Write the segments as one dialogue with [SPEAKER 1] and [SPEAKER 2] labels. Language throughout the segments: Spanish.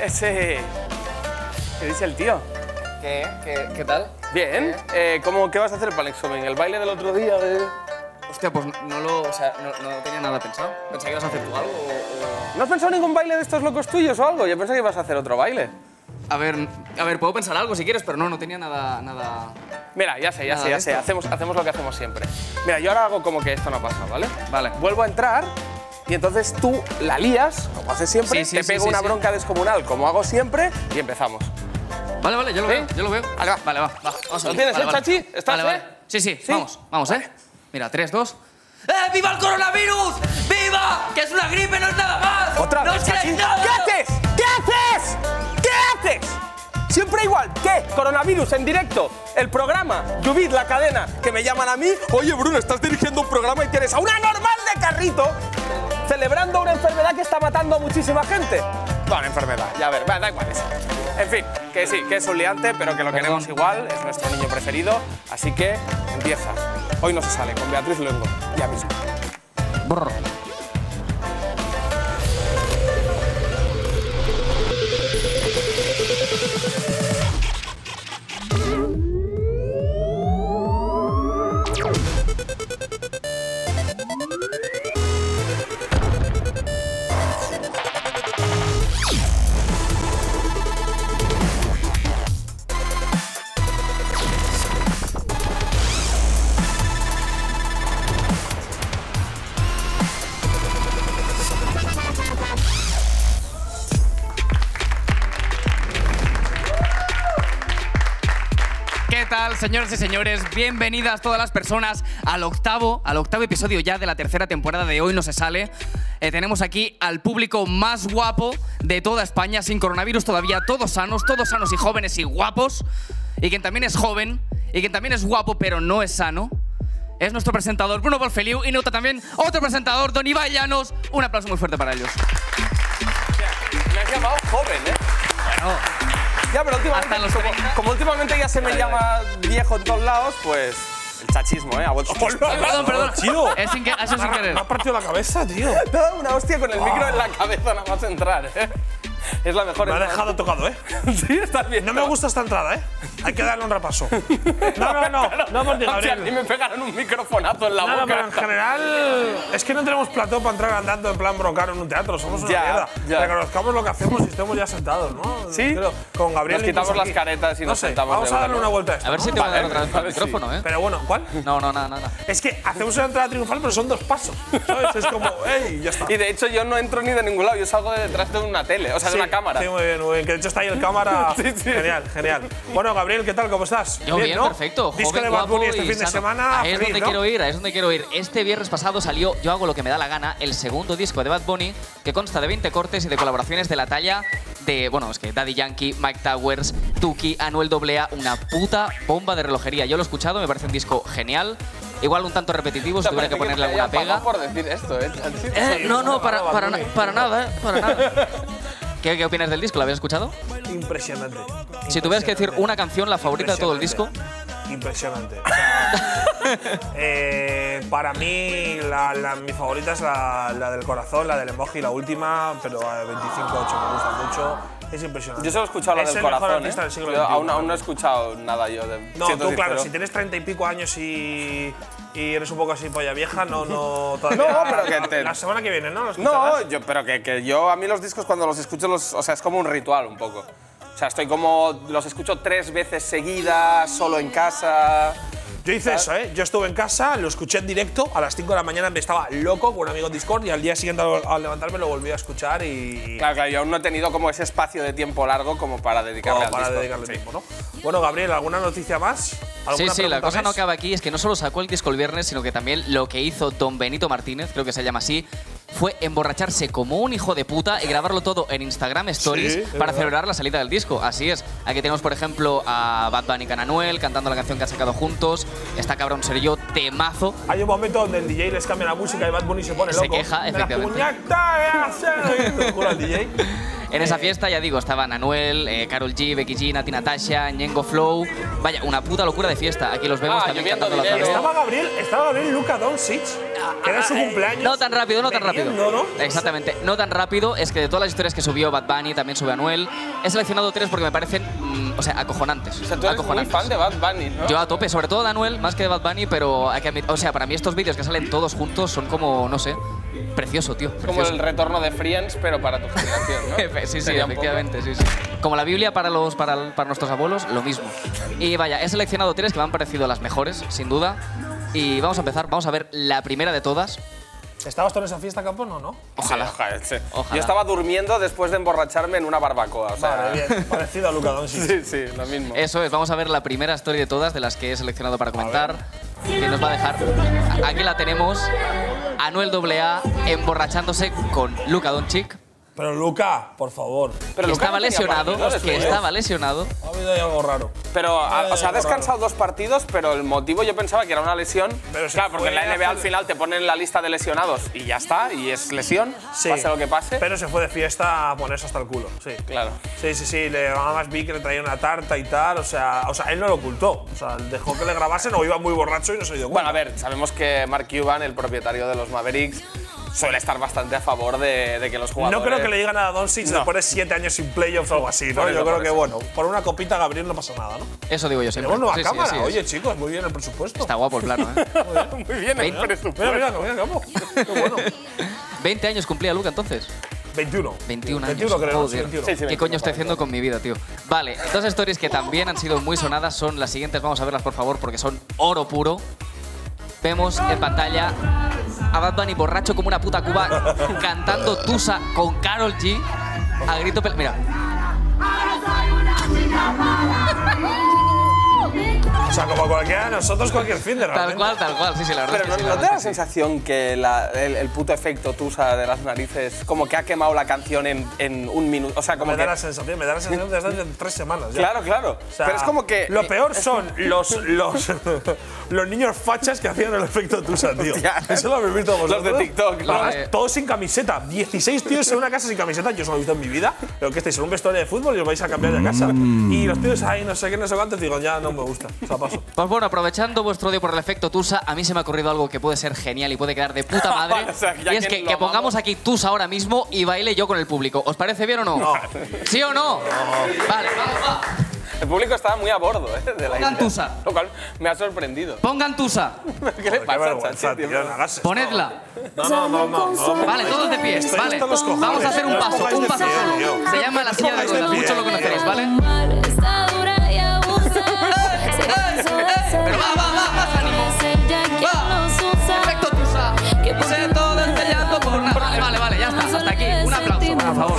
[SPEAKER 1] ese... ¿Qué dice el tío?
[SPEAKER 2] ¿Qué? ¿Qué, qué tal?
[SPEAKER 1] Bien. Eh, ¿cómo, ¿Qué vas a hacer para el examen? ¿El baile del otro día? de-
[SPEAKER 2] Hostia, pues no lo, o sea, no, no tenía nada pensado. Pensaba que ibas a hacer tú algo o-
[SPEAKER 1] ¿No has pensado ningún baile de estos locos tuyos o algo? Yo pensé que ibas a hacer otro baile.
[SPEAKER 2] o- A ver, a ver, puedo pensar algo si quieres, pero no, no tenía nada, nada...
[SPEAKER 1] Mira, ya sé, ya
[SPEAKER 2] Nada
[SPEAKER 1] sé,
[SPEAKER 2] de
[SPEAKER 1] ya sé.
[SPEAKER 2] esto.
[SPEAKER 1] Hacemos, hacemos lo que hacemos siempre. Mira, yo ahora hago como que esto no ha pasado, ¿vale?
[SPEAKER 2] Vale.
[SPEAKER 1] Vuelvo a entrar y entonces tú la lías, como haces siempre,
[SPEAKER 2] Sí, sí,
[SPEAKER 1] te
[SPEAKER 2] sí,
[SPEAKER 1] pego
[SPEAKER 2] sí,
[SPEAKER 1] una
[SPEAKER 2] sí.
[SPEAKER 1] bronca descomunal, como hago siempre, y empezamos.
[SPEAKER 2] Vale, vale, yo lo
[SPEAKER 1] ¿Sí?
[SPEAKER 2] veo, yo lo veo.
[SPEAKER 1] Vale, va.
[SPEAKER 2] Vale, va, va, vamos a
[SPEAKER 1] ¿Lo
[SPEAKER 2] ver.
[SPEAKER 1] tienes,
[SPEAKER 2] Vale,
[SPEAKER 1] eh,
[SPEAKER 2] vale.
[SPEAKER 1] Chachi? ¿Estás,
[SPEAKER 2] Vale, vale.
[SPEAKER 1] eh?
[SPEAKER 2] Sí, sí,
[SPEAKER 1] ¿Sí?
[SPEAKER 2] vamos, vamos, ¿eh? Mira, tres, dos... ¡Eh, viva el coronavirus! ¡Viva! ¡Que es una gripe, no es nada más!
[SPEAKER 1] Otra
[SPEAKER 2] ¡No
[SPEAKER 1] vez,
[SPEAKER 2] seáis
[SPEAKER 1] Chachi.
[SPEAKER 2] nada!
[SPEAKER 1] ¿Qué haces? ¿Qué haces? ¿Qué haces? Siempre igual, ¿qué? Coronavirus en directo, el programa, Yubit, la cadena, que me llaman a mí. Oye, Bruno, estás dirigiendo un programa y tienes a una normal de carrito celebrando una enfermedad que está matando a muchísima gente. Bueno, enfermedad, ya a ver, va, da igual eso. En fin, que sí, que es un liante, pero que lo
[SPEAKER 2] Perdón.
[SPEAKER 1] queremos igual, es nuestro niño preferido, así que empieza. Hoy no se sale, con Beatriz Luengo, ya mismo.
[SPEAKER 2] Brr. ¿Qué tal, señoras y señores? Bienvenidas todas las personas al octavo, al octavo episodio ya de la tercera temporada de Hoy No Se Sale. Eh, tenemos aquí al público más guapo de toda España, sin coronavirus todavía, todos sanos, todos sanos y jóvenes y guapos. Y quien también es joven, y quien también es guapo, pero no es sano, es nuestro presentador Bruno Bolfeliu y nota también otro presentador, Don Ibai Llanos. Un aplauso muy fuerte para ellos.
[SPEAKER 1] Me has llamado joven, ¿eh?
[SPEAKER 2] Bueno,
[SPEAKER 1] Ya, pero últimamente,
[SPEAKER 2] Hasta los
[SPEAKER 1] como,
[SPEAKER 2] 30.
[SPEAKER 1] como últimamente ya se me
[SPEAKER 2] Vale,
[SPEAKER 1] llama viejo en todos lados, pues el chachismo, ¿eh? Ha vuelto.
[SPEAKER 2] perdón, perdón.
[SPEAKER 3] Chido.
[SPEAKER 2] Es sin que- eso es sin querer.
[SPEAKER 3] Me ha partido la cabeza, tío.
[SPEAKER 1] Te ha dado una hostia con el micro en la cabeza nada más entrar, ¿eh? Es la mejor
[SPEAKER 3] Me ha
[SPEAKER 1] entrada.
[SPEAKER 3] dejado tocado, ¿eh?
[SPEAKER 1] sí, estás bien.
[SPEAKER 3] No me gusta esta entrada, ¿eh? Hay que darle un repaso. No, no, no. No, porque
[SPEAKER 1] Hostia, a mí
[SPEAKER 3] Gabriel.
[SPEAKER 1] me pegaron un microfonazo en la
[SPEAKER 3] Nada, pero en
[SPEAKER 1] boca.
[SPEAKER 3] general es que no tenemos plató para entrar andando en plan brocaro en un teatro, somos una
[SPEAKER 1] Ya,
[SPEAKER 3] mierda.
[SPEAKER 1] ya.
[SPEAKER 3] Reconozcamos lo que hacemos y estemos ya sentados, ¿no?
[SPEAKER 1] Sí.
[SPEAKER 3] Creo- Con Gabriel
[SPEAKER 1] Nos quitamos
[SPEAKER 3] incluso
[SPEAKER 1] las
[SPEAKER 3] aquí.
[SPEAKER 1] caretas y
[SPEAKER 3] No
[SPEAKER 1] nos
[SPEAKER 3] sé,
[SPEAKER 1] sentamos
[SPEAKER 3] Vamos
[SPEAKER 1] de
[SPEAKER 3] a darle
[SPEAKER 1] verdad.
[SPEAKER 3] una vuelta a esto.
[SPEAKER 2] A ver si te va a dar otra vez el micrófono, ¿eh?
[SPEAKER 3] Pero bueno, ¿cuál?
[SPEAKER 2] No, no, nada, nada.
[SPEAKER 3] Es que hacemos una entrada triunfal, pero son dos pasos. ¿Sabes? Es como, ¡ey! Ya está.
[SPEAKER 1] Y de hecho yo no entro ni de ningún lado, yo salgo de detrás de una tele, o sea, de
[SPEAKER 3] Sí,
[SPEAKER 1] una cámara.
[SPEAKER 3] Sí, muy bien, muy bien. Que de hecho está ahí el cámara.
[SPEAKER 1] Sí, sí.
[SPEAKER 3] Genial, genial. Bueno, Gabriel, ¿qué tal? ¿Cómo estás?
[SPEAKER 4] Yo bien,
[SPEAKER 3] ¿no?
[SPEAKER 4] perfecto.
[SPEAKER 3] Disco
[SPEAKER 4] joven,
[SPEAKER 3] de Bad Bunny
[SPEAKER 4] guapo
[SPEAKER 3] este
[SPEAKER 4] y
[SPEAKER 3] fin de
[SPEAKER 4] sano.
[SPEAKER 3] semana.
[SPEAKER 4] Ahí es
[SPEAKER 3] feliz,
[SPEAKER 4] donde
[SPEAKER 3] ¿no?
[SPEAKER 4] quiero ir, ahí es donde quiero ir. Este viernes pasado salió Yo hago lo que me da la gana, el segundo disco de Bad Bunny, que consta de 20 cortes y de colaboraciones de la talla de, bueno, es que Daddy Yankee, Mike Towers, Tuki, Anuel AA, una puta bomba de relojería. Yo lo he escuchado, me parece un disco genial. Igual un tanto repetitivo,
[SPEAKER 1] O
[SPEAKER 4] si
[SPEAKER 1] sea,
[SPEAKER 4] tuviera
[SPEAKER 1] parece
[SPEAKER 4] que ponerle
[SPEAKER 1] te hayan
[SPEAKER 4] alguna pega.
[SPEAKER 1] pagado por decir esto, ¿eh? Chachi?
[SPEAKER 4] Eh, no, no, para,
[SPEAKER 3] Bad
[SPEAKER 4] para,
[SPEAKER 3] Bunny.
[SPEAKER 4] na- para nada, eh, para nada. ¿Qué, ¿Qué opinas del disco? ¿Lo habías escuchado?
[SPEAKER 3] Impresionante.
[SPEAKER 4] Si tuvieras que decir
[SPEAKER 3] Impresionante.
[SPEAKER 4] una canción, la favorita de todo el disco.
[SPEAKER 3] Impresionante. O sea, eh, para mí, la, la- mi favorita es la, la del corazón, la del emoji, la última, pero a 25-8 me gusta mucho. Es impresionante.
[SPEAKER 1] Yo solo he escuchado la
[SPEAKER 3] Es
[SPEAKER 1] del
[SPEAKER 3] el mejor
[SPEAKER 1] corazón, ¿eh?
[SPEAKER 3] artista del siglo
[SPEAKER 1] Yo aún,
[SPEAKER 3] XXI.
[SPEAKER 1] aún no he escuchado nada yo de...
[SPEAKER 3] No,
[SPEAKER 1] siento
[SPEAKER 3] tú, claro,
[SPEAKER 1] sincero.
[SPEAKER 3] si tienes treinta y pico años y, y eres un poco así polla vieja, no, no, todavía.
[SPEAKER 1] No, pero que te-
[SPEAKER 3] La semana que viene, ¿no? ¿Lo escucharás?
[SPEAKER 1] No, yo, pero que, que yo a mí los discos cuando los escucho, los, o sea, es como un ritual un poco. O sea, estoy como, los escucho tres veces seguidas, solo en casa.
[SPEAKER 3] Yo hice eso, ¿eh? Yo estuve en casa, lo escuché en directo, a las 5 de la mañana me estaba loco con un amigo en Discord y al día siguiente al, al levantarme lo volví a escuchar y.
[SPEAKER 1] Claro, claro, yo aún no he tenido como ese espacio de tiempo largo como para dedicarme
[SPEAKER 3] como
[SPEAKER 1] al
[SPEAKER 3] para
[SPEAKER 1] disco.
[SPEAKER 3] dedicarle
[SPEAKER 1] Sí.
[SPEAKER 3] tiempo, ¿no? Bueno, Gabriel, ¿alguna noticia más? ¿Alguna
[SPEAKER 4] Sí, sí, la
[SPEAKER 3] pregunta
[SPEAKER 4] cosa no
[SPEAKER 3] más?
[SPEAKER 4] acaba aquí. Es que no solo sacó el disco el viernes, sino que también lo que hizo Don Benito Martínez, creo que se llama así, fue emborracharse como un hijo de puta y grabarlo todo en Instagram Stories
[SPEAKER 3] Sí, es
[SPEAKER 4] para
[SPEAKER 3] verdad.
[SPEAKER 4] celebrar la salida del disco. Así es. Aquí tenemos, por ejemplo, a Bad Bunny con Anuel cantando la canción que han sacado juntos. Está cabrón ser yo, temazo.
[SPEAKER 3] Hay un momento donde el DJ les cambia la música y Bad Bunny se pone
[SPEAKER 4] Se
[SPEAKER 3] loco.
[SPEAKER 4] queja,
[SPEAKER 3] De la
[SPEAKER 4] efectivamente.
[SPEAKER 3] puñeta que hace, y se cura el DJ.
[SPEAKER 2] En esa fiesta, ya digo, estaban Anuel, eh, Karol G, Becky G, Nati Natasha, Ñengo Flow. Vaya, una puta locura de fiesta. Aquí los vemos
[SPEAKER 1] Ah,
[SPEAKER 2] también
[SPEAKER 1] lloviendo
[SPEAKER 2] cantando la
[SPEAKER 1] dinero.
[SPEAKER 2] zarzuela.
[SPEAKER 3] Estaba Gabriel, estaba Gabriel Luca Doncic, que era su cumpleaños.
[SPEAKER 2] Ah, eh, No tan rápido, no tan rápido.
[SPEAKER 3] No, no.
[SPEAKER 2] Exactamente, no tan rápido. Es que de todas las historias que subió Bad Bunny, también sube Anuel. He seleccionado tres porque me parecen, mm, o sea, acojonantes.
[SPEAKER 1] O sea, tú eres muy
[SPEAKER 2] acojonantes.
[SPEAKER 1] fan de Bad Bunny, ¿no?
[SPEAKER 2] Yo a tope, sobre todo de Anuel, más que de Bad Bunny, pero hay que admit- o sea, para mí estos vídeos que salen todos juntos son como, no sé, precioso, tío,
[SPEAKER 1] como
[SPEAKER 2] precioso.
[SPEAKER 1] el retorno de Friends, pero para tu generación, ¿no?
[SPEAKER 2] Efe- sí, sí,
[SPEAKER 1] Sería un poco.
[SPEAKER 2] efectivamente, sí, sí. Como la Biblia para, los, para, para nuestros abuelos, lo mismo. Y vaya, he seleccionado tres que me han parecido las mejores, sin duda. Y vamos a empezar, vamos a ver la primera de todas.
[SPEAKER 3] ¿Estabas tú en esa fiesta, Campo? No, no.
[SPEAKER 1] Ojalá. ojalá, sí.
[SPEAKER 2] Ojalá.
[SPEAKER 1] Yo estaba durmiendo después de emborracharme en una barbacoa. O sea,
[SPEAKER 3] Vale, bien. Parecido a Luca Doncic.
[SPEAKER 1] sí, sí, lo mismo.
[SPEAKER 2] Eso es, vamos a ver la primera story de todas de las que he seleccionado para comentar. Que nos va a dejar. a- Aquí la tenemos. Anuel AA emborrachándose con Luka Doncic.
[SPEAKER 3] Pero Luca, por favor.
[SPEAKER 1] Pero
[SPEAKER 2] que
[SPEAKER 1] Luka
[SPEAKER 2] estaba
[SPEAKER 1] no tenía
[SPEAKER 2] lesionado.
[SPEAKER 1] partido
[SPEAKER 2] Que
[SPEAKER 1] después.
[SPEAKER 2] estaba lesionado.
[SPEAKER 3] Ha habido ahí algo raro.
[SPEAKER 1] Pero, a- o sea, ha
[SPEAKER 3] Ay,
[SPEAKER 1] descansado dos partidos, pero el motivo yo pensaba que era una lesión.
[SPEAKER 3] Pero se
[SPEAKER 1] claro, porque en la
[SPEAKER 3] fue
[SPEAKER 1] NBA al
[SPEAKER 3] hace-
[SPEAKER 1] final te ponen en la lista de lesionados y ya está, y es lesión,
[SPEAKER 3] Sí.
[SPEAKER 1] pase lo que pase.
[SPEAKER 3] Pero se fue de fiesta a ponerse hasta el culo, sí.
[SPEAKER 1] Claro.
[SPEAKER 3] Sí, sí, sí, le, además vi que le traía una tarta y tal, o sea, o sea, él no lo ocultó, o sea, dejó que le grabasen o iba muy borracho y no se dio
[SPEAKER 1] Bueno,
[SPEAKER 3] cuenta.
[SPEAKER 1] a ver, sabemos que Mark Cuban, el propietario de los Mavericks, suele estar bastante a favor de, de que los jugadores.
[SPEAKER 3] no creo que le digan nada a Doncic
[SPEAKER 1] No.
[SPEAKER 3] después de siete años sin playoffs o algo así, ¿no?
[SPEAKER 1] Por eso,
[SPEAKER 3] Yo creo
[SPEAKER 1] por
[SPEAKER 3] que,
[SPEAKER 1] eso.
[SPEAKER 3] eh. bueno, por una copita Gabriel no pasa nada, ¿no?
[SPEAKER 2] Eso digo yo siempre.
[SPEAKER 3] Tenemos nueva
[SPEAKER 2] Sí, sí,
[SPEAKER 3] cámara,
[SPEAKER 2] así es.
[SPEAKER 3] oye, chicos, muy bien el presupuesto.
[SPEAKER 2] Está guapo el plano, ¿eh?
[SPEAKER 1] Muy bien, el
[SPEAKER 2] Veinte.
[SPEAKER 1] presupuesto.
[SPEAKER 3] Mira, mira, mira, Campo. Qué bueno.
[SPEAKER 2] 20 años cumplía Luka entonces.
[SPEAKER 3] 21.
[SPEAKER 2] 21 años.
[SPEAKER 3] 21 creo, sí,
[SPEAKER 2] joder.
[SPEAKER 3] 21.
[SPEAKER 1] Sí, sí,
[SPEAKER 2] ¿Qué
[SPEAKER 1] 21,
[SPEAKER 2] coño estoy haciendo con mi vida, tío? Vale, dos stories que también han sido muy sonadas son las siguientes. Vamos a verlas, por favor, porque son oro puro. Vemos en pantalla a Bad Bunny borracho como una puta cuba cantando Tusa con Carol G a grito pel... Mira,
[SPEAKER 3] O sea, como cualquiera de nosotros, cualquier fin de
[SPEAKER 2] tal cual, tal cual. Sí, sí, la verdad
[SPEAKER 1] Pero
[SPEAKER 2] es
[SPEAKER 1] ¿no,
[SPEAKER 2] que sí,
[SPEAKER 1] no
[SPEAKER 2] la
[SPEAKER 1] te da
[SPEAKER 2] verdad
[SPEAKER 1] la
[SPEAKER 2] es que sí.
[SPEAKER 1] sensación que la- el, el puto efecto tusa de las narices como que ha quemado la canción en, en un minuto? O sea, como
[SPEAKER 3] Me da
[SPEAKER 1] que...
[SPEAKER 3] la sensación, me da la sensación desde hace tres semanas ya.
[SPEAKER 1] Claro, claro.
[SPEAKER 3] O sea,
[SPEAKER 1] Pero es como que...
[SPEAKER 3] Lo peor son los, los, los niños fachas que hacían el efecto Tusa, tío.
[SPEAKER 1] Hostia.
[SPEAKER 3] Eso lo habéis visto
[SPEAKER 1] Los
[SPEAKER 3] vosotros.
[SPEAKER 1] de TikTok, ¿no?
[SPEAKER 3] Además, Todos sin camiseta. 16 tíos en una casa sin camiseta. Yo eso no lo he visto en mi vida. Pero que estáis en un vestuario de fútbol y os vais a cambiar de casa.
[SPEAKER 1] Mm.
[SPEAKER 3] Y los tíos ahí, no sé qué, no sé cuántos, digo, ya no me gusta. O sea, paso.
[SPEAKER 2] Pues bueno, aprovechando vuestro odio por el efecto Tusa, a mí se me ha ocurrido algo que puede ser genial y puede quedar de puta madre.
[SPEAKER 1] O sea, ya
[SPEAKER 2] y es
[SPEAKER 1] que
[SPEAKER 2] que,
[SPEAKER 1] lo
[SPEAKER 2] que pongamos
[SPEAKER 1] amamos.
[SPEAKER 2] aquí Tusa ahora mismo y baile yo con el público. ¿Os parece bien o no? ¿Sí o no? Vale, vamos, va.
[SPEAKER 1] El público estaba muy a bordo ¿eh? de la
[SPEAKER 2] Pongan
[SPEAKER 1] idea.
[SPEAKER 2] tusa.
[SPEAKER 1] Lo cual me ha sorprendido.
[SPEAKER 2] Pongan Tusa.
[SPEAKER 1] ¿Qué le
[SPEAKER 3] Qué
[SPEAKER 1] pasa,
[SPEAKER 3] vergüenza,
[SPEAKER 1] Chachi,
[SPEAKER 3] tío.
[SPEAKER 1] tío?
[SPEAKER 3] no hagas esto.
[SPEAKER 2] Ponedla.
[SPEAKER 3] No, no, no, no. no.
[SPEAKER 2] Vale, todos de pie.
[SPEAKER 3] Estoy
[SPEAKER 2] Vale.
[SPEAKER 3] hasta los cojones.
[SPEAKER 2] Vamos a hacer un
[SPEAKER 3] No os
[SPEAKER 2] paso,
[SPEAKER 3] pongáis
[SPEAKER 2] un
[SPEAKER 3] de
[SPEAKER 2] paso
[SPEAKER 3] pie,
[SPEAKER 2] solo.
[SPEAKER 3] tío.
[SPEAKER 2] Se llama la silla de
[SPEAKER 3] pongáis de
[SPEAKER 2] ruedas.
[SPEAKER 3] pie,
[SPEAKER 2] Mucho lo conoceréis,
[SPEAKER 3] tío.
[SPEAKER 2] ¿vale?
[SPEAKER 5] Mar está dura y abusa. Se cansó de ser
[SPEAKER 6] Pero va, va, va, más ánimo.
[SPEAKER 5] ella quien
[SPEAKER 6] Va.
[SPEAKER 5] los usa.
[SPEAKER 6] Perfecto, Tusa.
[SPEAKER 5] Que por
[SPEAKER 6] Sé
[SPEAKER 5] tu
[SPEAKER 6] todo
[SPEAKER 5] maldad
[SPEAKER 6] enseñando por nada. Vale, vale, vale, ya
[SPEAKER 5] no
[SPEAKER 6] está. Hasta
[SPEAKER 5] solo
[SPEAKER 6] aquí. Un aplauso, por
[SPEAKER 5] sentimos.
[SPEAKER 6] favor.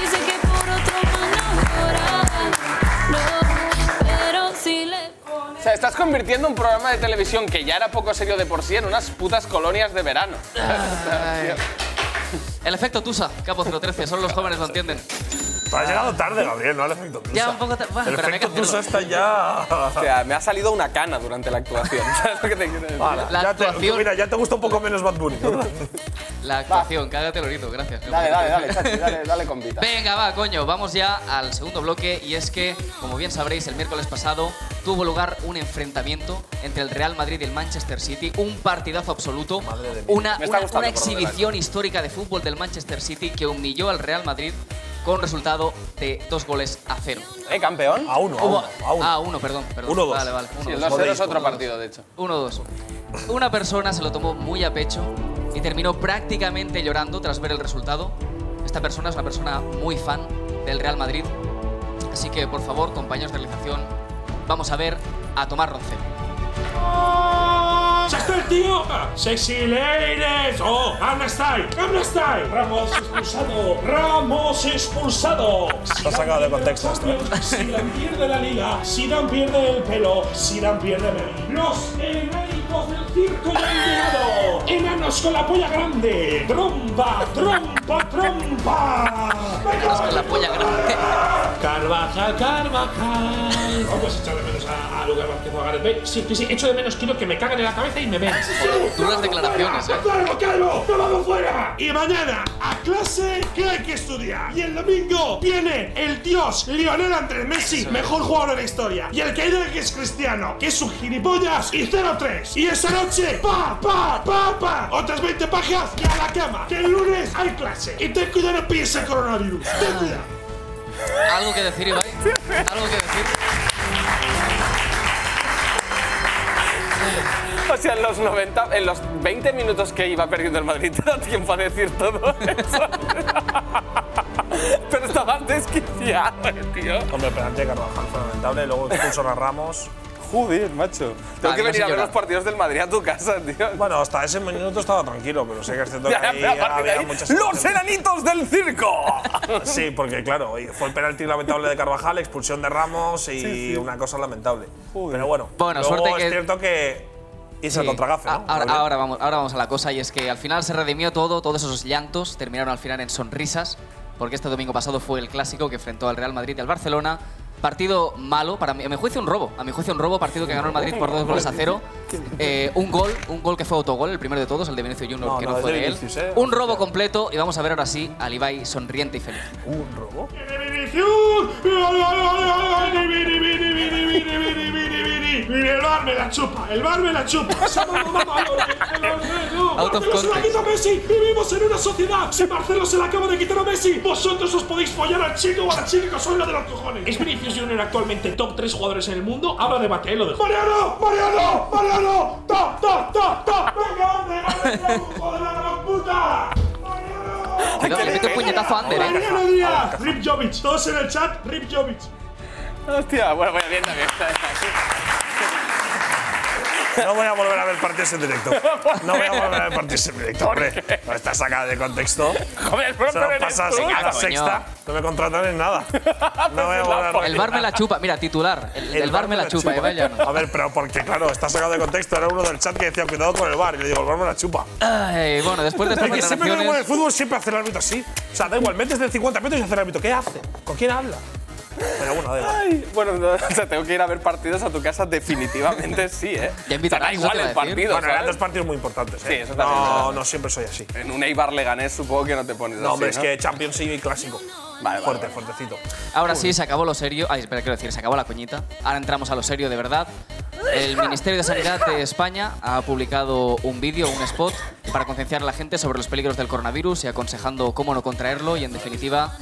[SPEAKER 5] Dice que por otro mal no lloraba, no, pero si le
[SPEAKER 1] O sea, estás convirtiendo un programa de televisión que ya era poco serio de por sí en unas putas colonias de verano.
[SPEAKER 2] El efecto Tusa, Capo 013, solo los jóvenes lo entienden.
[SPEAKER 3] Pero has llegado tarde, Gabriel, no al efecto Tusa.
[SPEAKER 2] Ya un poco tarde. Bueno,
[SPEAKER 3] El
[SPEAKER 2] pero había que
[SPEAKER 3] efecto Tusa
[SPEAKER 2] hacerlo.
[SPEAKER 3] está ya.
[SPEAKER 1] O sea, me ha salido una cana durante la actuación. ¿Sabes lo que te quiero decir?
[SPEAKER 3] Vale,
[SPEAKER 2] La
[SPEAKER 3] ya te-
[SPEAKER 2] actuación-
[SPEAKER 3] mira, ya te gusta un poco menos Bad Bunny. ¿no?
[SPEAKER 2] La actuación, cágate lorito, gracias.
[SPEAKER 1] Dale, dale, dale, Chachi, dale, dale con vida.
[SPEAKER 2] Venga, va, coño, vamos ya al segundo bloque y es que, como bien sabréis, el miércoles pasado tuvo lugar un enfrentamiento entre el Real Madrid y el Manchester City, un partidazo absoluto, una,
[SPEAKER 1] Me está gustando
[SPEAKER 2] una- una
[SPEAKER 1] por donde va
[SPEAKER 2] exhibición histórica de fútbol del Manchester City que humilló al Real Madrid con resultado de dos goles a cero.
[SPEAKER 1] ¿Eh, campeón?
[SPEAKER 3] A uno, a
[SPEAKER 2] Hubo-
[SPEAKER 3] uno, a uno.
[SPEAKER 2] Ah, uno, perdón, perdón.
[SPEAKER 3] Uno, dos.
[SPEAKER 2] Vale, vale. uno,
[SPEAKER 1] Sí, el
[SPEAKER 2] dos.
[SPEAKER 1] 2-0 es otro
[SPEAKER 2] Uno, dos.
[SPEAKER 1] partido, de hecho.
[SPEAKER 2] 1-2. Una persona se lo tomó muy a pecho y terminó prácticamente llorando tras ver el resultado. Esta persona es una persona muy fan del Real Madrid. Así que, por favor, compañeros de realización, vamos a ver a Tomás Roncero.
[SPEAKER 7] Ya está el tío. Sexy ladies. Oh, Amnesty. Amnesty. Ramos expulsado. Ramos expulsado.
[SPEAKER 3] Lo has sacado de contexto esto, ¿eh?
[SPEAKER 7] Sidan pierde la liga. Sidan pierde el pelo. Sidan pierde el... Los eneméricos del circo ya han llegado. Enanos con la polla grande. Trompa, trompa, trompa.
[SPEAKER 2] Enanos con la polla grande.
[SPEAKER 7] Carol Carvajal, Carvajal. No puedes echar de menos a, a Lucas Vázquez o a Gareth Bale. Sí, sí, sí, echo de menos, quiero que me caguen en la cabeza y me ven.
[SPEAKER 2] Duras declaraciones, eh.
[SPEAKER 7] ¡Calvo, calvo! ¡No vamos fuera! Y mañana, a clase, que hay que estudiar. Y el domingo viene el dios Lionel Andrés Messi, mejor jugador de la historia. Y el que dirá que es cristiano, que es un gilipollas y 0-3. Y esa noche, pa, pa, pa, pa, otras 20 pajas y a la cama. Que el lunes hay clase. Y ten cuidado, no pilles el coronavirus. Ten cuidado.
[SPEAKER 2] ¿Algo que decir, Ibai? ¿Algo que decir?
[SPEAKER 1] O sea, en los, 90, en los 20 minutos que iba perdiendo el Madrid te da tiempo a decir todo eso. Pero estabas desquiciado, eh, tío.
[SPEAKER 3] Hombre, el penalti de Carvajal fue lamentable. Luego expulsó a Ramos.
[SPEAKER 1] Joder, macho. Tengo
[SPEAKER 2] Ah,
[SPEAKER 1] que
[SPEAKER 2] no sé
[SPEAKER 1] venir a ver
[SPEAKER 2] llorar.
[SPEAKER 1] los partidos del Madrid a tu casa, tío.
[SPEAKER 3] Bueno, hasta ese minuto estaba tranquilo, pero sí que es cierto que
[SPEAKER 1] Ya,
[SPEAKER 3] ahí
[SPEAKER 1] pero a partir de
[SPEAKER 3] había
[SPEAKER 1] ahí,
[SPEAKER 3] muchas
[SPEAKER 1] ¡Los
[SPEAKER 3] situaciones.
[SPEAKER 1] enanitos del circo!
[SPEAKER 3] Sí, porque claro, oye, fue el penalti lamentable de Carvajal, expulsión de Ramos y una cosa lamentable. Pero bueno,
[SPEAKER 2] Bueno,
[SPEAKER 3] luego
[SPEAKER 2] suerte
[SPEAKER 3] es
[SPEAKER 2] que-
[SPEAKER 3] cierto que hizo
[SPEAKER 2] Sí.
[SPEAKER 3] el contragafe, ¿no?
[SPEAKER 2] Ah, Ahora,
[SPEAKER 3] Muy bien.
[SPEAKER 2] ahora vamos, ahora vamos a la cosa y es que al final se redimió todo, todos esos llantos terminaron al final en sonrisas, porque este domingo pasado fue el clásico que enfrentó al Real Madrid y al Barcelona. Partido malo, para mí, a mi juicio un robo, a mi juicio un robo, partido que ganó el Madrid por dos goles a cero. Eh, un gol, un gol que fue autogol, el primero de todos, el de Vinicius Junior,
[SPEAKER 3] No,
[SPEAKER 2] que
[SPEAKER 3] no,
[SPEAKER 2] no
[SPEAKER 3] es
[SPEAKER 2] fue
[SPEAKER 3] de
[SPEAKER 2] de él.
[SPEAKER 3] Vinicius, eh.
[SPEAKER 2] Un robo completo y vamos a ver ahora sí al Ibai sonriente y feliz.
[SPEAKER 3] Un robo.
[SPEAKER 7] ¡Viene Vinicius! ¡Viene, viene, viene, viene, viene, viene, viene, viene, viene! ¡Viene, el bar me la chupa! ¡El bar me la chupa! ¡Esa mamá, mamá, el bar me- no!
[SPEAKER 2] Out of
[SPEAKER 7] ¡Marcelo se la
[SPEAKER 2] context.
[SPEAKER 7] quita a Messi! ¡Vivimos en una sociedad! ¡Si Marcelo se la acaba de quitar a Messi! ¡Vosotros os podéis follar al chico o a la chica que os la de los cojones! Es Vinicius Junior actualmente top 3 jugadores en el mundo. Ahora debate, eh, lo dejo. ¡Mariano! ¡Mariano! ¡Mariano! ¡Ta, ta, ta, ta! ¡Venga, Ander! ¡Ander, joder, a la puta! ¡Mariano!
[SPEAKER 2] Cuidado, que le mete un puñetazo a Ander, eh.
[SPEAKER 7] Mariano Díaz, Rip Jovic, todos en el chat, Rip Jovic.
[SPEAKER 1] Hostia, bueno, bueno, bien también.
[SPEAKER 3] No voy a volver a ver partidos en directo. No voy a volver a ver partidos en directo, hombre. No está sacada de contexto.
[SPEAKER 1] Joder, pero,
[SPEAKER 3] Se nos
[SPEAKER 1] pero eres
[SPEAKER 3] pasa
[SPEAKER 1] tú.
[SPEAKER 3] así a la
[SPEAKER 2] Coño.
[SPEAKER 3] sexta. No me contratan en nada. No voy a volver a ver.
[SPEAKER 2] El bar me la chupa, mira, titular, el, el bar me la chupa, eh, Ibai Llanos.
[SPEAKER 3] A ver, pero porque, claro, está sacado de contexto. Era uno del chat que decía, cuidado con el bar. Y le digo, el bar me la chupa.
[SPEAKER 2] Ay, bueno, después de estas
[SPEAKER 3] El que siempre lo en el
[SPEAKER 2] declaraciones…
[SPEAKER 3] fútbol siempre hace el árbitro así. O sea, da igual, metes de 50 metros y hace el árbitro. ¿Qué hace? ¿Con quién habla? Pero bueno, da igual.
[SPEAKER 1] Ay, bueno, no, o sea, tengo que ir a ver partidos a tu casa definitivamente sí, ¿eh?
[SPEAKER 2] Ya invitarás,
[SPEAKER 1] O sea, da
[SPEAKER 2] eso
[SPEAKER 1] igual
[SPEAKER 2] te
[SPEAKER 1] el
[SPEAKER 2] iba a decir.
[SPEAKER 1] partido,
[SPEAKER 3] Bueno, eran dos
[SPEAKER 1] ¿sabes?
[SPEAKER 3] partidos muy importantes, ¿eh?
[SPEAKER 1] Sí, eso también es
[SPEAKER 3] no,
[SPEAKER 1] verdad.
[SPEAKER 3] no siempre soy así.
[SPEAKER 1] En un Eibar Leganés supongo que no te pones
[SPEAKER 3] No,
[SPEAKER 1] así,
[SPEAKER 3] hombre, es
[SPEAKER 1] ¿no?
[SPEAKER 3] que Champions League y Clásico.
[SPEAKER 1] Vale, vale,
[SPEAKER 3] Fuerte,
[SPEAKER 1] vale.
[SPEAKER 3] fuertecito.
[SPEAKER 2] Ahora sí, se acabó lo serio. Ay, espera, quiero decir, se acabó la coñita. Ahora entramos a lo serio de verdad. El Ministerio de Sanidad de España ha publicado un vídeo, un spot, para concienciar a la gente sobre los peligros del coronavirus y aconsejando cómo no contraerlo y, en definitiva,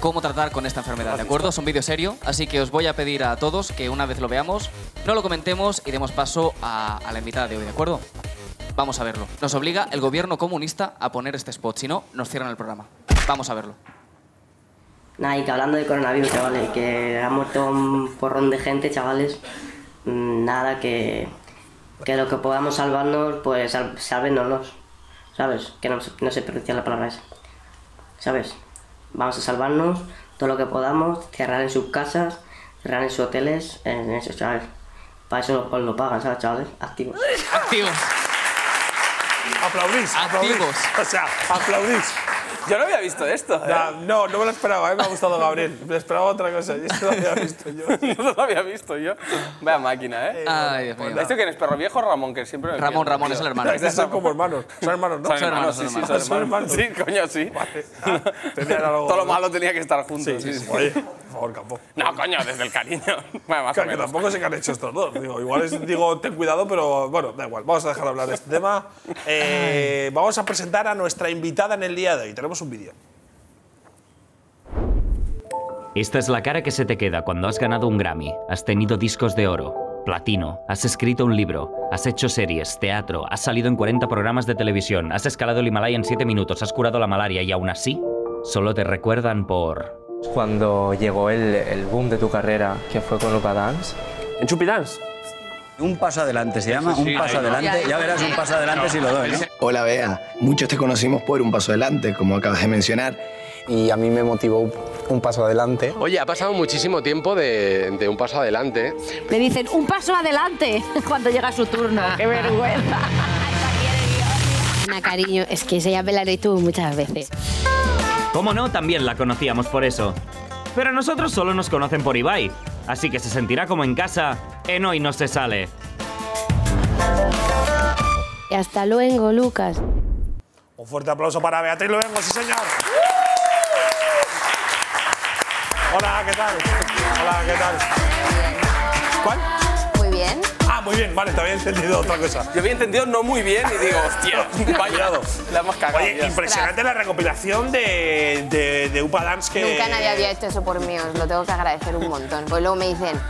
[SPEAKER 2] cómo tratar con esta enfermedad, ¿de acuerdo? Es un vídeo serio, así que os voy a pedir a todos que una vez lo veamos, no lo comentemos y demos paso a, a la invitada de hoy, ¿de acuerdo? Vamos a verlo. Nos obliga el gobierno comunista a poner este spot, si no, nos cierran el programa. Vamos a verlo.
[SPEAKER 8] Nada, y que hablando de coronavirus, chavales, que ha muerto un porrón de gente, chavales. Mm, Nada, que, que lo que podamos salvarnos, pues sal, sálvenoslos. ¿Sabes? Que no, se- no se pronuncia la palabra esa. ¿Sabes? Vamos a salvarnos todo lo que podamos, cerrar en sus casas, cerrar en sus hoteles, en eso, chavales. Para eso os lo, pagan, ¿sabes, chavales? Activos.
[SPEAKER 2] Activos.
[SPEAKER 3] Aplaudís, aplaudís.
[SPEAKER 2] Activos.
[SPEAKER 3] O sea, aplaudís.
[SPEAKER 1] Yo no había visto esto, ¿eh?
[SPEAKER 3] Ya, no, no me lo esperaba, ¿eh? me ha gustado Gabriel. Me esperaba otra cosa. Y eso lo había visto yo.
[SPEAKER 1] no lo había visto yo. Vaya máquina, ¿eh?
[SPEAKER 2] Ay, Dios mío.
[SPEAKER 1] ¿Esto quién es? ¿Perro viejo o Ramón? Que siempre me
[SPEAKER 2] Ramón,
[SPEAKER 1] pierdo,
[SPEAKER 2] Ramón
[SPEAKER 1] tío.
[SPEAKER 2] es el hermano.
[SPEAKER 1] Ese es
[SPEAKER 3] Son
[SPEAKER 1] Ramón.
[SPEAKER 3] como hermanos. Son hermanos, ¿no?
[SPEAKER 1] Son
[SPEAKER 2] Son
[SPEAKER 1] hermanos,
[SPEAKER 2] hermanos,
[SPEAKER 1] sí,
[SPEAKER 2] son
[SPEAKER 1] sí,
[SPEAKER 2] hermanos.
[SPEAKER 1] son hermanos.
[SPEAKER 3] Son
[SPEAKER 1] Sí, coño, sí.
[SPEAKER 3] Ah, tenían algo-
[SPEAKER 1] Todo lo malo tenía que estar juntos. sí,
[SPEAKER 3] Sí, sí,
[SPEAKER 1] sí.
[SPEAKER 3] Oye, por favor, campo.
[SPEAKER 1] No, coño, desde el cariño. Bueno, más o
[SPEAKER 3] Claro, que
[SPEAKER 1] menos.
[SPEAKER 3] tampoco sé qué han hecho estos dos. Digo, igual es- digo, ten cuidado, pero bueno, da igual. Vamos a dejar hablar de este tema. Eh, vamos a presentar a nuestra invitada en el día de hoy. Tenemos un vídeo.
[SPEAKER 9] Esta es la cara que se te queda cuando has ganado un Grammy, has tenido discos de oro, platino, has escrito un libro, has hecho series, teatro, has salido en 40 programas de televisión, has escalado el Himalaya en 7 minutos, has curado la malaria y aún así, solo te recuerdan por...
[SPEAKER 10] cuando llegó el, el boom de tu carrera, que fue con Luca Dance.
[SPEAKER 11] En Chupidance.
[SPEAKER 12] Un paso adelante se llama, un paso adelante. Ya verás un paso adelante si lo doy. Hola, Bea. Muchos te conocimos por un paso adelante, como acabas de mencionar. Y a mí me motivó un paso adelante.
[SPEAKER 10] Oye, ha pasado muchísimo tiempo de, un paso adelante.
[SPEAKER 13] Le dicen un paso adelante cuando llega su turno. ¡Qué vergüenza! Ana, cariño, es que se llama Belano y tú muchas veces.
[SPEAKER 9] ¿Cómo no? También la conocíamos por eso. Pero a nosotros solo nos conocen por Ibai, así que se sentirá como en casa en Hoy No Se Sale.
[SPEAKER 14] Y hasta luego, Lucas.
[SPEAKER 3] Un fuerte aplauso para Beatriz Luengo, sí señor. Hola, ¿qué tal? Hola, ¿qué tal? ¿Cuál?
[SPEAKER 14] Muy bien.
[SPEAKER 3] Ah, muy bien, vale, te había entendido otra cosa.
[SPEAKER 1] Yo había entendido no muy bien y digo, hostia, vaya, la hemos cagado.
[SPEAKER 3] Oye, impresionante la recopilación de, de, de Upa Dance que.
[SPEAKER 14] Nunca nadie había hecho eso por mí, os lo tengo que agradecer un montón. Pues luego me dicen,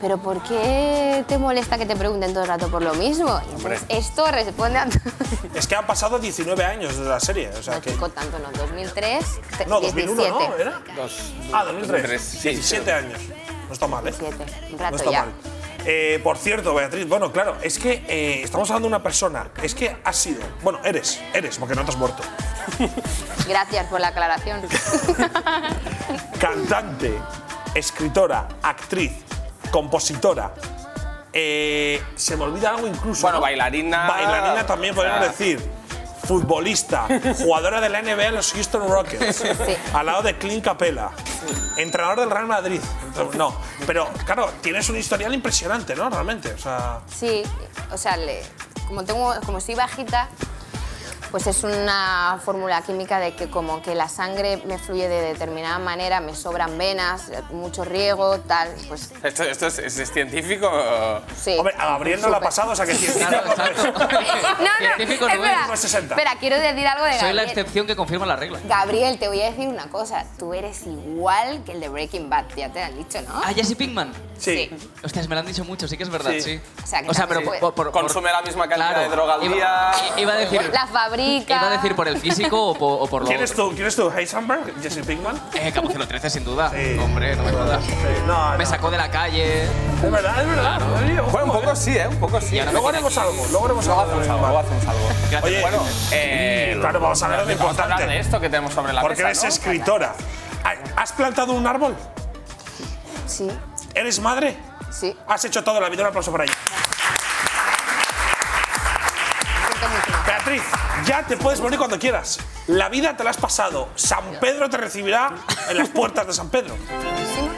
[SPEAKER 14] ¿pero por qué te molesta que te pregunten todo el rato por lo mismo? Y entonces
[SPEAKER 3] Hombre.
[SPEAKER 14] esto responde a
[SPEAKER 3] Es que han pasado 19 años de la serie, o sea que.
[SPEAKER 14] Con tanto, ¿no? 2003, te-
[SPEAKER 3] No,
[SPEAKER 14] 17.
[SPEAKER 3] 2001, ¿no? eh. ¿Era? ah, 2003. 17 años. No está mal, ¿eh?
[SPEAKER 14] Un rato
[SPEAKER 3] no está
[SPEAKER 14] ya.
[SPEAKER 3] mal. Eh, por cierto, Beatriz, bueno, claro, es que eh, estamos hablando de una persona, es que has sido, bueno, eres, eres, porque no te has muerto,
[SPEAKER 14] Gracias por la aclaración.
[SPEAKER 3] cantante, escritora, actriz, compositora, eh, se me olvida algo incluso. Bueno,
[SPEAKER 1] bailarina.
[SPEAKER 3] Bailarina también, podríamos
[SPEAKER 1] O sea.
[SPEAKER 3] decir. Futbolista, jugadora de la NBA de los Houston Rockets, al lado de Clint Capella, entrenador del Real Madrid. No, pero claro, tienes un historial impresionante, ¿no? Realmente, o sea.
[SPEAKER 14] Sí, o sea, le- como, tengo, como soy bajita, pues es una fórmula química de que como que la sangre me fluye de determinada manera, me sobran venas, mucho riego, tal, pues
[SPEAKER 1] Esto, esto es, es- es científico.
[SPEAKER 14] sí.
[SPEAKER 1] Hombre,
[SPEAKER 3] a Gabriel no le ha pasado, o sea que
[SPEAKER 14] no, no,
[SPEAKER 2] Científico no
[SPEAKER 14] espera,
[SPEAKER 2] es, no es 60.
[SPEAKER 14] espera, quiero decir algo de
[SPEAKER 2] Soy la este-
[SPEAKER 14] Gabriel.
[SPEAKER 2] excepción que confirma la regla.
[SPEAKER 14] Gabriel, te voy a decir una cosa, tú eres igual que el de Breaking Bad, ya te lo han dicho, ¿no?
[SPEAKER 2] Ah, Jesse Pinkman.
[SPEAKER 3] Sí.
[SPEAKER 2] Hostias, me lo han dicho mucho, sí que es verdad, sí.
[SPEAKER 1] Sí.
[SPEAKER 14] O sea, que
[SPEAKER 2] pero
[SPEAKER 14] tampoco-
[SPEAKER 1] Consume la misma cantidad
[SPEAKER 2] Claro.
[SPEAKER 1] de droga al
[SPEAKER 2] Iba-
[SPEAKER 1] día.
[SPEAKER 2] iba a decir-
[SPEAKER 14] La fabrica.
[SPEAKER 2] Iba a decir por el físico o por, o por lo
[SPEAKER 3] ¿Quién es tú? ¿Quién es tú? ¿Heisenberg? ¿Jesse Pinkman?
[SPEAKER 2] Eh, Capucino 13, sin duda. Hombre, no me jodas. me sacó de la calle.
[SPEAKER 3] Es verdad, es verdad.
[SPEAKER 1] Bueno, un poco sí, ¿eh? Un poco sí.
[SPEAKER 2] ahora Luego me
[SPEAKER 3] haremos algo, luego haremos algo.
[SPEAKER 1] Luego hacemos algo, luego hacemos algo.
[SPEAKER 3] Oye,
[SPEAKER 1] bueno, eh,
[SPEAKER 3] claro, vamos a hablar de lo
[SPEAKER 1] vamos a hablar
[SPEAKER 3] importante.
[SPEAKER 1] de esto que tenemos sobre la
[SPEAKER 3] Porque
[SPEAKER 1] mesa,
[SPEAKER 3] eres
[SPEAKER 1] ¿no?
[SPEAKER 3] escritora. ¿Has plantado un árbol?
[SPEAKER 14] Sí.
[SPEAKER 3] ¿Eres madre?
[SPEAKER 14] Sí.
[SPEAKER 3] Has hecho todo en la vida. Un aplauso para ella. Beatriz, ya te puedes morir cuando quieras. La vida te la has pasado. San Pedro te recibirá en las puertas de San Pedro.
[SPEAKER 14] Encima,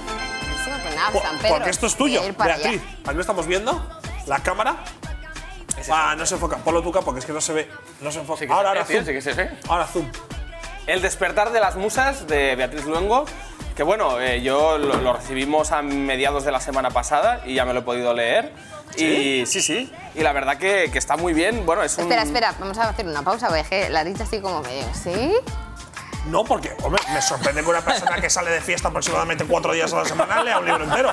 [SPEAKER 14] encima con nada, San Pedro.
[SPEAKER 3] Porque esto es
[SPEAKER 14] Voy a
[SPEAKER 3] tuyo,
[SPEAKER 14] ir para allá.
[SPEAKER 3] Beatriz. Aquí lo estamos viendo. La cámara. Ah, no se enfoca. Ponlo tuca porque es que no se ve. No se enfoca. ahora, ahora,
[SPEAKER 1] Sí,
[SPEAKER 3] zoom.
[SPEAKER 1] sí, sí, sí.
[SPEAKER 3] Ahora, zoom.
[SPEAKER 1] El despertar de las musas de Beatriz Luengo, que bueno, eh, yo lo, lo recibimos a mediados de la semana pasada y ya me lo he podido leer. Y sí, sí. Y la verdad que, que está muy bien. Bueno, es un.
[SPEAKER 3] Mm.
[SPEAKER 14] Espera, espera, vamos a hacer una pausa, porque es que la he dicho así como medio, ¿sí?
[SPEAKER 3] No, porque, hombre, me sorprende que una persona que sale de fiesta aproximadamente cuatro días a la semana lea un libro entero.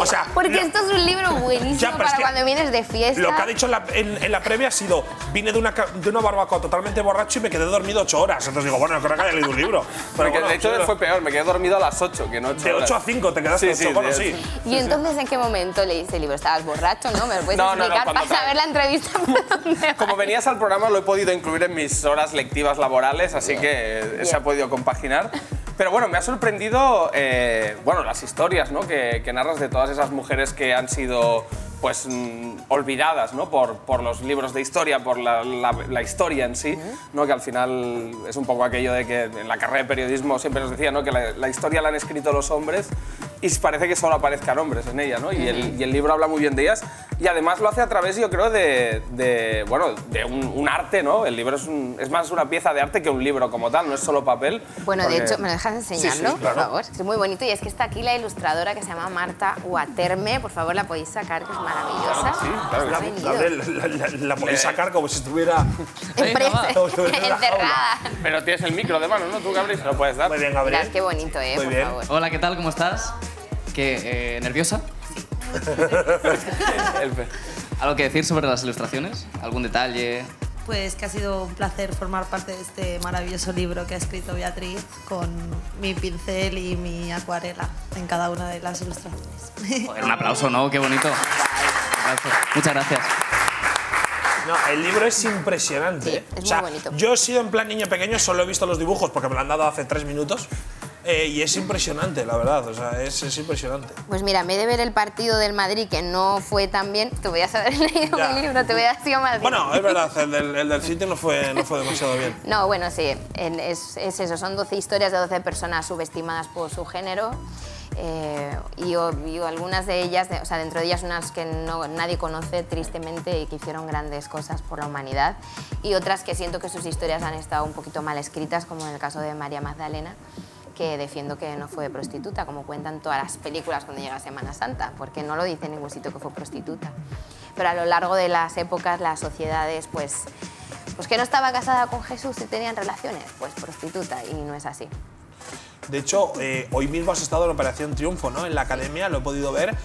[SPEAKER 3] O sea,
[SPEAKER 14] Porque
[SPEAKER 3] le-
[SPEAKER 14] esto es un libro buenísimo
[SPEAKER 3] Ya, pero es
[SPEAKER 14] para
[SPEAKER 3] que
[SPEAKER 14] cuando vienes de fiesta.
[SPEAKER 3] Lo que ha dicho en la, en- en la previa ha sido, vine de una, ca- de una barbacoa totalmente borracho y me quedé dormido ocho horas. Entonces digo, bueno, creo que haya leído un libro. Pero
[SPEAKER 1] Porque
[SPEAKER 3] bueno,
[SPEAKER 1] de hecho
[SPEAKER 3] sí,
[SPEAKER 1] fue peor, me quedé dormido a las 8, que no 8
[SPEAKER 3] De 8 a 5 te quedaste ocho, bueno, sí.
[SPEAKER 14] ¿Y entonces en qué momento leíste el libro? ¿Estabas borracho, no? ¿Me lo puedes
[SPEAKER 1] No, no, no,
[SPEAKER 14] explicar
[SPEAKER 1] cuando
[SPEAKER 14] para
[SPEAKER 1] tal.
[SPEAKER 14] saber la entrevista?
[SPEAKER 1] Como venías al programa lo he podido incluir en mis horas lectivas laborales, así que eh, se ha podido compaginar. Pero bueno, me ha sorprendido eh, bueno, las historias ¿no? que, que narras de todas esas mujeres que han sido pues mm, olvidadas ¿no? por, por los libros de historia, por la, la- la historia en sí, ¿no? que al final es un poco aquello de que en la carrera de periodismo siempre nos decía ¿no? que la, la historia la han escrito los hombres y parece que solo aparezcan hombres en ella, ¿no? Y el, y el libro habla muy bien de ellas y además lo hace a través, yo creo, de, de, bueno, de un, un arte, ¿no? El libro es, un- es más una pieza de arte que un libro como tal, no es solo papel.
[SPEAKER 14] Bueno, de
[SPEAKER 1] porque-
[SPEAKER 14] hecho, ¿me lo dejas enseñarlo,
[SPEAKER 1] Sí, sí, claro.
[SPEAKER 14] por favor? Es muy bonito y es que está aquí la ilustradora que se llama Marta Guaterme. Por favor, la podéis sacar, que es maravillosa.
[SPEAKER 3] Sí, claro,
[SPEAKER 14] Ha
[SPEAKER 3] la,
[SPEAKER 14] venido.
[SPEAKER 3] la- la- la- la podéis sacar como si estuviera como si estuviera en la
[SPEAKER 14] Encerrada.
[SPEAKER 1] Pero tienes el micro de mano, ¿no? Tú, Gabriel, se lo puedes dar.
[SPEAKER 3] Muy bien,
[SPEAKER 14] Mirad qué bonito, ¿eh? por favor.
[SPEAKER 6] Hola, ¿qué tal? ¿Cómo estás? ¿Qué, eh, ¿Nerviosa? ¿Algo que decir sobre las ilustraciones? ¿Algún detalle?
[SPEAKER 15] Pues que ha sido un placer formar parte de este maravilloso libro que ha escrito Beatriz con mi pincel y mi acuarela en cada una de las ilustraciones.
[SPEAKER 6] Joder, un aplauso, ¿no? Qué bonito. Aplauso. Muchas gracias.
[SPEAKER 3] No, el libro es impresionante. ¿eh?
[SPEAKER 14] es
[SPEAKER 3] O sea,
[SPEAKER 14] muy bonito.
[SPEAKER 3] Yo he sido en plan niño pequeño, solo he visto los dibujos porque me lo han dado hace tres minutos. Eh, y es impresionante, la verdad, o sea, es, es impresionante.
[SPEAKER 14] Pues mira, me de ver el partido del Madrid que no fue tan bien, te voy a haber leído
[SPEAKER 3] Ya.
[SPEAKER 14] mi libro, te voy a sido más
[SPEAKER 3] Bueno, es verdad, el del, el del City no fue, no fue demasiado bien.
[SPEAKER 14] No, bueno, sí, en- es, es eso, son 12 historias de 12 personas subestimadas por su género. eh, y, o- y algunas de ellas, de- o sea, dentro de ellas unas que no, nadie conoce tristemente y que hicieron grandes cosas por la humanidad y otras que siento que sus historias han estado un poquito mal escritas, como en el caso de María Magdalena, que defiendo que no fue prostituta, como cuentan todas las películas cuando llega Semana Santa, porque no lo dice en ningún sitio que fue prostituta. Pero a lo largo de las épocas, las sociedades, pues pues que no estaba casada con Jesús y tenían relaciones, pues prostituta, y no es así.
[SPEAKER 3] De hecho, eh, hoy mismo has estado en Operación Triunfo, ¿no? En la academia lo he podido ver.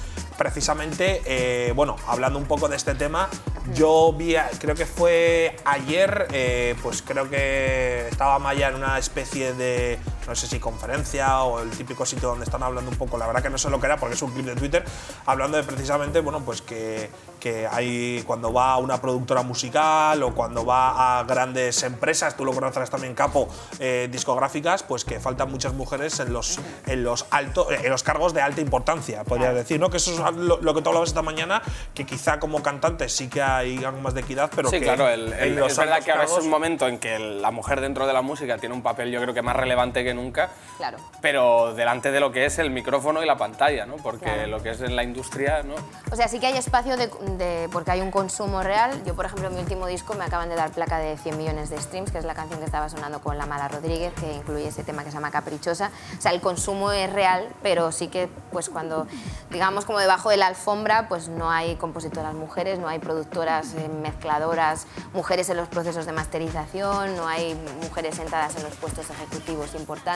[SPEAKER 3] Precisamente, eh, bueno, hablando un poco de este tema, yo vi, a- creo que fue ayer, eh, pues creo que estaba Maya en una especie de, no sé si conferencia o el típico sitio donde están hablando un poco, la verdad que no sé lo que era porque es un clip de Twitter, hablando de precisamente, bueno, pues que, que hay cuando va una productora musical o cuando va a grandes empresas, tú lo conocerás también, Capo, eh, discográficas, pues que faltan muchas mujeres en los, en los, alto, eh, en los cargos de alta importancia, podrías decir, ¿no? Que eso es lo, lo que tú hablabas esta mañana, que quizá como cantantes sí que hay algo más de equidad, pero
[SPEAKER 1] sí,
[SPEAKER 3] que
[SPEAKER 1] claro, el- el-
[SPEAKER 3] en los
[SPEAKER 1] es verdad
[SPEAKER 3] altos
[SPEAKER 1] que ahora es
[SPEAKER 3] cargos-
[SPEAKER 1] un momento en que la mujer dentro de la música tiene un papel yo creo que más relevante que nunca,
[SPEAKER 14] Claro.
[SPEAKER 1] pero delante de lo que es el micrófono y la pantalla, ¿no? Porque
[SPEAKER 14] Claro.
[SPEAKER 1] lo que es en la industria, ¿no?
[SPEAKER 14] O sea, sí que hay espacio de, de- porque hay un consumo real. Yo, por ejemplo, en mi último disco me acaban de dar placa de 100 millones de streams, que es la canción que estaba sonando con La Mala Rodríguez, que incluye ese tema que se llama Caprichosa. O sea, el consumo es real, pero sí que, pues cuando, digamos, como debajo de la alfombra, pues no hay compositoras mujeres, no hay productoras, eh, mezcladoras, mujeres en los procesos de masterización, no hay mujeres sentadas en los puestos ejecutivos importantes.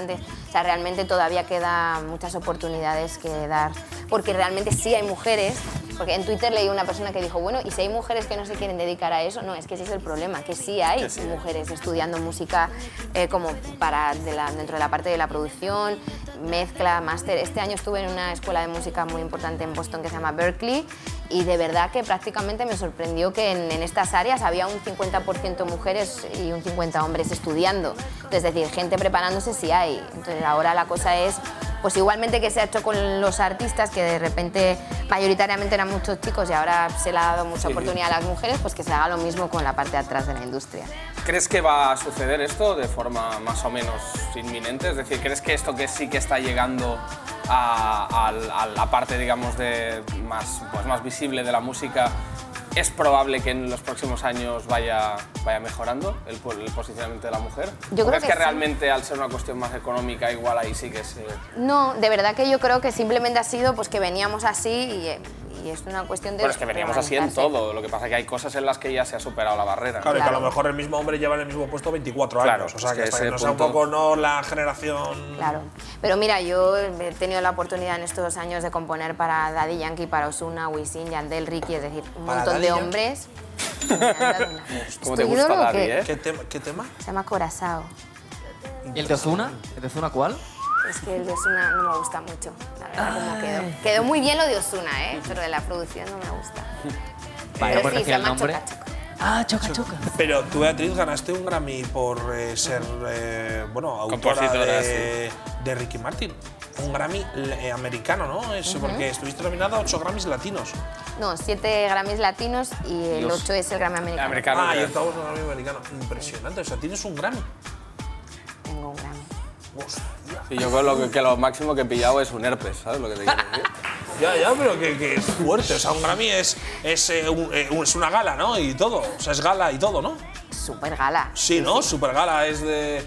[SPEAKER 14] O sea, realmente todavía queda muchas oportunidades que dar, porque realmente sí hay mujeres. Porque en Twitter leí una persona que dijo, bueno, y si hay mujeres que no se quieren dedicar a eso, no, es que ese es el problema, que sí hay
[SPEAKER 16] Que sí hay.
[SPEAKER 14] mujeres estudiando música eh, como para de la- dentro de la parte de la producción, mezcla, máster. Este año estuve en una escuela de música muy importante en Boston que se llama Berkeley y de verdad que prácticamente me sorprendió que en, en estas áreas había un 50% mujeres y un 50% hombres estudiando. Es decir, gente preparándose sí hay. Entonces ahora la cosa es pues igualmente que se ha hecho con los artistas, que de repente mayoritariamente eran muchos chicos y ahora se le ha dado mucha
[SPEAKER 1] Sí.
[SPEAKER 14] oportunidad a las mujeres, pues que se haga lo mismo con la parte de atrás de la industria.
[SPEAKER 1] ¿Crees que va a suceder esto de forma más o menos inminente? Es decir, ¿crees que esto que sí que está llegando a, a- a la parte, digamos, de más, pues más visible de la música, es probable que en los próximos años vaya, vaya mejorando el, po- el posicionamiento de la mujer?
[SPEAKER 14] Yo
[SPEAKER 1] ¿O
[SPEAKER 14] creo
[SPEAKER 1] crees
[SPEAKER 14] que
[SPEAKER 1] que
[SPEAKER 14] sí.
[SPEAKER 1] realmente, al ser una cuestión más económica, igual ahí sí que se...
[SPEAKER 14] No, de verdad que yo creo que simplemente ha sido pues que veníamos así y, eh, y es una cuestión de...
[SPEAKER 1] Bueno, es que veníamos así en todo. Lo que pasa es que hay cosas en las que ya se ha superado la barrera.
[SPEAKER 3] Claro, y que a lo mejor el mismo hombre lleva en el mismo puesto 24
[SPEAKER 1] Claro,
[SPEAKER 3] años. O sea,
[SPEAKER 1] es
[SPEAKER 3] que,
[SPEAKER 1] que
[SPEAKER 3] hasta
[SPEAKER 1] ese
[SPEAKER 3] que no sea un
[SPEAKER 1] punto-
[SPEAKER 3] poco no la generación.
[SPEAKER 14] Claro. Pero mira, yo he tenido la oportunidad en estos años de componer para Daddy Yankee, para Osuna, Wisin, Yandel, Ricky, es decir, un
[SPEAKER 3] ¿Para
[SPEAKER 14] montón
[SPEAKER 3] Daddy
[SPEAKER 14] de
[SPEAKER 3] Yankee?
[SPEAKER 14] hombres.
[SPEAKER 3] ¿Cómo
[SPEAKER 14] te ¿Tu gusta ídolo o Daddy,
[SPEAKER 3] David?
[SPEAKER 14] qué? eh?
[SPEAKER 3] ¿Qué, tema, ¿Qué tema?
[SPEAKER 14] Se llama Corazao.
[SPEAKER 2] ¿Y el de Ozuna? ¿El de Ozuna cuál?
[SPEAKER 14] Es que el de Osuna no me gusta mucho, la verdad, como quedó. Quedó muy bien lo de Osuna, ¿eh? Pero de la producción no me gusta.
[SPEAKER 2] Vale,
[SPEAKER 14] Pero
[SPEAKER 2] pues
[SPEAKER 14] sí, se
[SPEAKER 2] decía el
[SPEAKER 14] llama
[SPEAKER 2] nombre.
[SPEAKER 14] Choca Choca.
[SPEAKER 2] Ah, choca, choca.
[SPEAKER 3] Pero tú, Beatriz, ganaste un Grammy por eh, ser, eh, bueno, autora
[SPEAKER 1] Compositora,
[SPEAKER 3] de, de Ricky Martin. Un Grammy eh, americano, ¿no? Es
[SPEAKER 14] Ujú.
[SPEAKER 3] Porque estuviste nominada a 8 Grammys latinos.
[SPEAKER 14] No, siete Grammys latinos y el
[SPEAKER 3] Dios.
[SPEAKER 14] 8 es el Grammy americano.
[SPEAKER 3] Ah, y octavos un Grammy americano. Impresionante. O sea, tienes un Grammy.
[SPEAKER 14] Tengo un Grammy.
[SPEAKER 1] Y yo creo que, que lo máximo que he pillado es un herpes, ¿sabes lo que te quiero decir?
[SPEAKER 3] Ya, ya, pero que, que es fuerte. O sea, un Grammy es, es, eh, un- eh, un- es una gala, ¿no? Y todo. O sea, es gala y todo, ¿no?
[SPEAKER 14] Super gala.
[SPEAKER 3] Sí, ¿no? Super gala es de.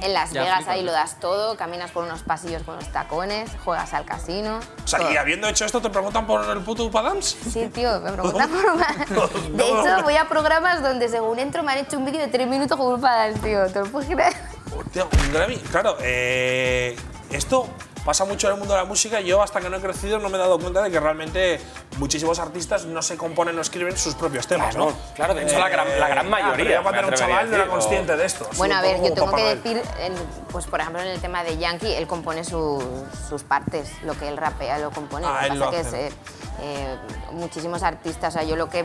[SPEAKER 14] En Las
[SPEAKER 3] Ya,
[SPEAKER 14] Vegas
[SPEAKER 3] flipa.
[SPEAKER 14] ahí lo
[SPEAKER 16] ¿eh?
[SPEAKER 14] das todo, caminas por unos pasillos con los tacones, juegas al casino.
[SPEAKER 3] O sea, y habiendo hecho esto, ¿te preguntan por el puto Upadams?
[SPEAKER 14] Sí, tío, me preguntan por más. De hecho, voy a programas donde según entro me han hecho un vídeo de tres minutos con grupadas, tío. ¿Te lo puedes creer?
[SPEAKER 3] Hostia, un Grammy. Claro, eh, esto pasa mucho en el mundo de la música. Yo, hasta que no he crecido, no me he dado cuenta de que realmente muchísimos artistas no se componen o escriben sus propios temas,
[SPEAKER 1] Claro,
[SPEAKER 3] ¿no?
[SPEAKER 1] claro, de hecho, la gran- la gran
[SPEAKER 3] ah, pero
[SPEAKER 1] mayoría,
[SPEAKER 3] Yo cuando
[SPEAKER 1] me
[SPEAKER 3] era un
[SPEAKER 1] atrevería
[SPEAKER 3] chaval
[SPEAKER 1] a
[SPEAKER 3] no era
[SPEAKER 1] decir, o-
[SPEAKER 3] consciente de esto.
[SPEAKER 14] Bueno, a
[SPEAKER 3] Soy un
[SPEAKER 14] ver,
[SPEAKER 3] poco
[SPEAKER 14] yo
[SPEAKER 3] como
[SPEAKER 14] tengo que
[SPEAKER 3] Papá
[SPEAKER 14] decir, en- pues por ejemplo en el tema de Yankee, él compone su- sus partes, lo que él rapea lo compone.
[SPEAKER 16] Ah,
[SPEAKER 14] lo
[SPEAKER 16] él
[SPEAKER 14] que
[SPEAKER 16] lo
[SPEAKER 14] pasa que
[SPEAKER 16] hace.
[SPEAKER 14] es, eh, eh, muchísimos artistas, o sea, yo lo que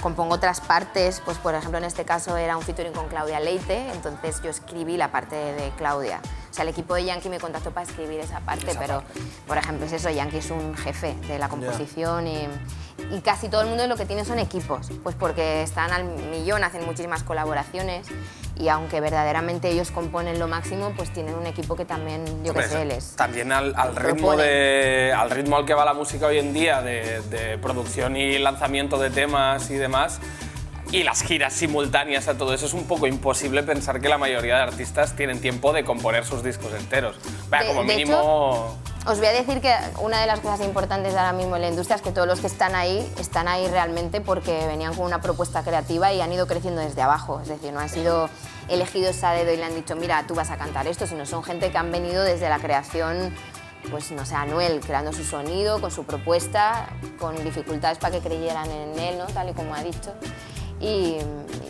[SPEAKER 14] compongo otras partes, pues por ejemplo en este caso era un featuring con Claudia Leite, entonces yo escribí la parte de Claudia. O O sea, el equipo de Yankee me contactó para escribir esa parte,
[SPEAKER 16] Esa
[SPEAKER 14] pero,
[SPEAKER 16] parte.
[SPEAKER 14] por ejemplo, es eso, Yankee es un jefe de la composición y, y casi todo el mundo lo que tiene son equipos, pues porque están al millón, hacen muchísimas colaboraciones y aunque verdaderamente ellos componen lo máximo, pues tienen un equipo que también, yo qué
[SPEAKER 1] Hombre,
[SPEAKER 14] sé, les,
[SPEAKER 1] También al, al ritmo
[SPEAKER 14] Proponen.
[SPEAKER 1] de, al ritmo al que va la música hoy en día, de, de producción y lanzamiento de temas y demás, y las giras simultáneas a todo eso, es un poco imposible pensar que la mayoría de artistas tienen tiempo de componer sus discos enteros. Vaya,
[SPEAKER 14] De-
[SPEAKER 1] como
[SPEAKER 14] de
[SPEAKER 1] mínimo.
[SPEAKER 14] Os voy a decir que una de las cosas importantes de ahora mismo en la industria es que todos los que están ahí están ahí realmente porque venían con una propuesta creativa y han ido creciendo desde abajo. Es decir, no han sido elegidos a dedo y le han dicho, mira, tú vas a cantar esto, sino son gente que han venido desde la creación, pues no sé, Anuel, creando su sonido, con su propuesta, con dificultades para que creyeran en él, ¿no? Tal y como ha dicho. Y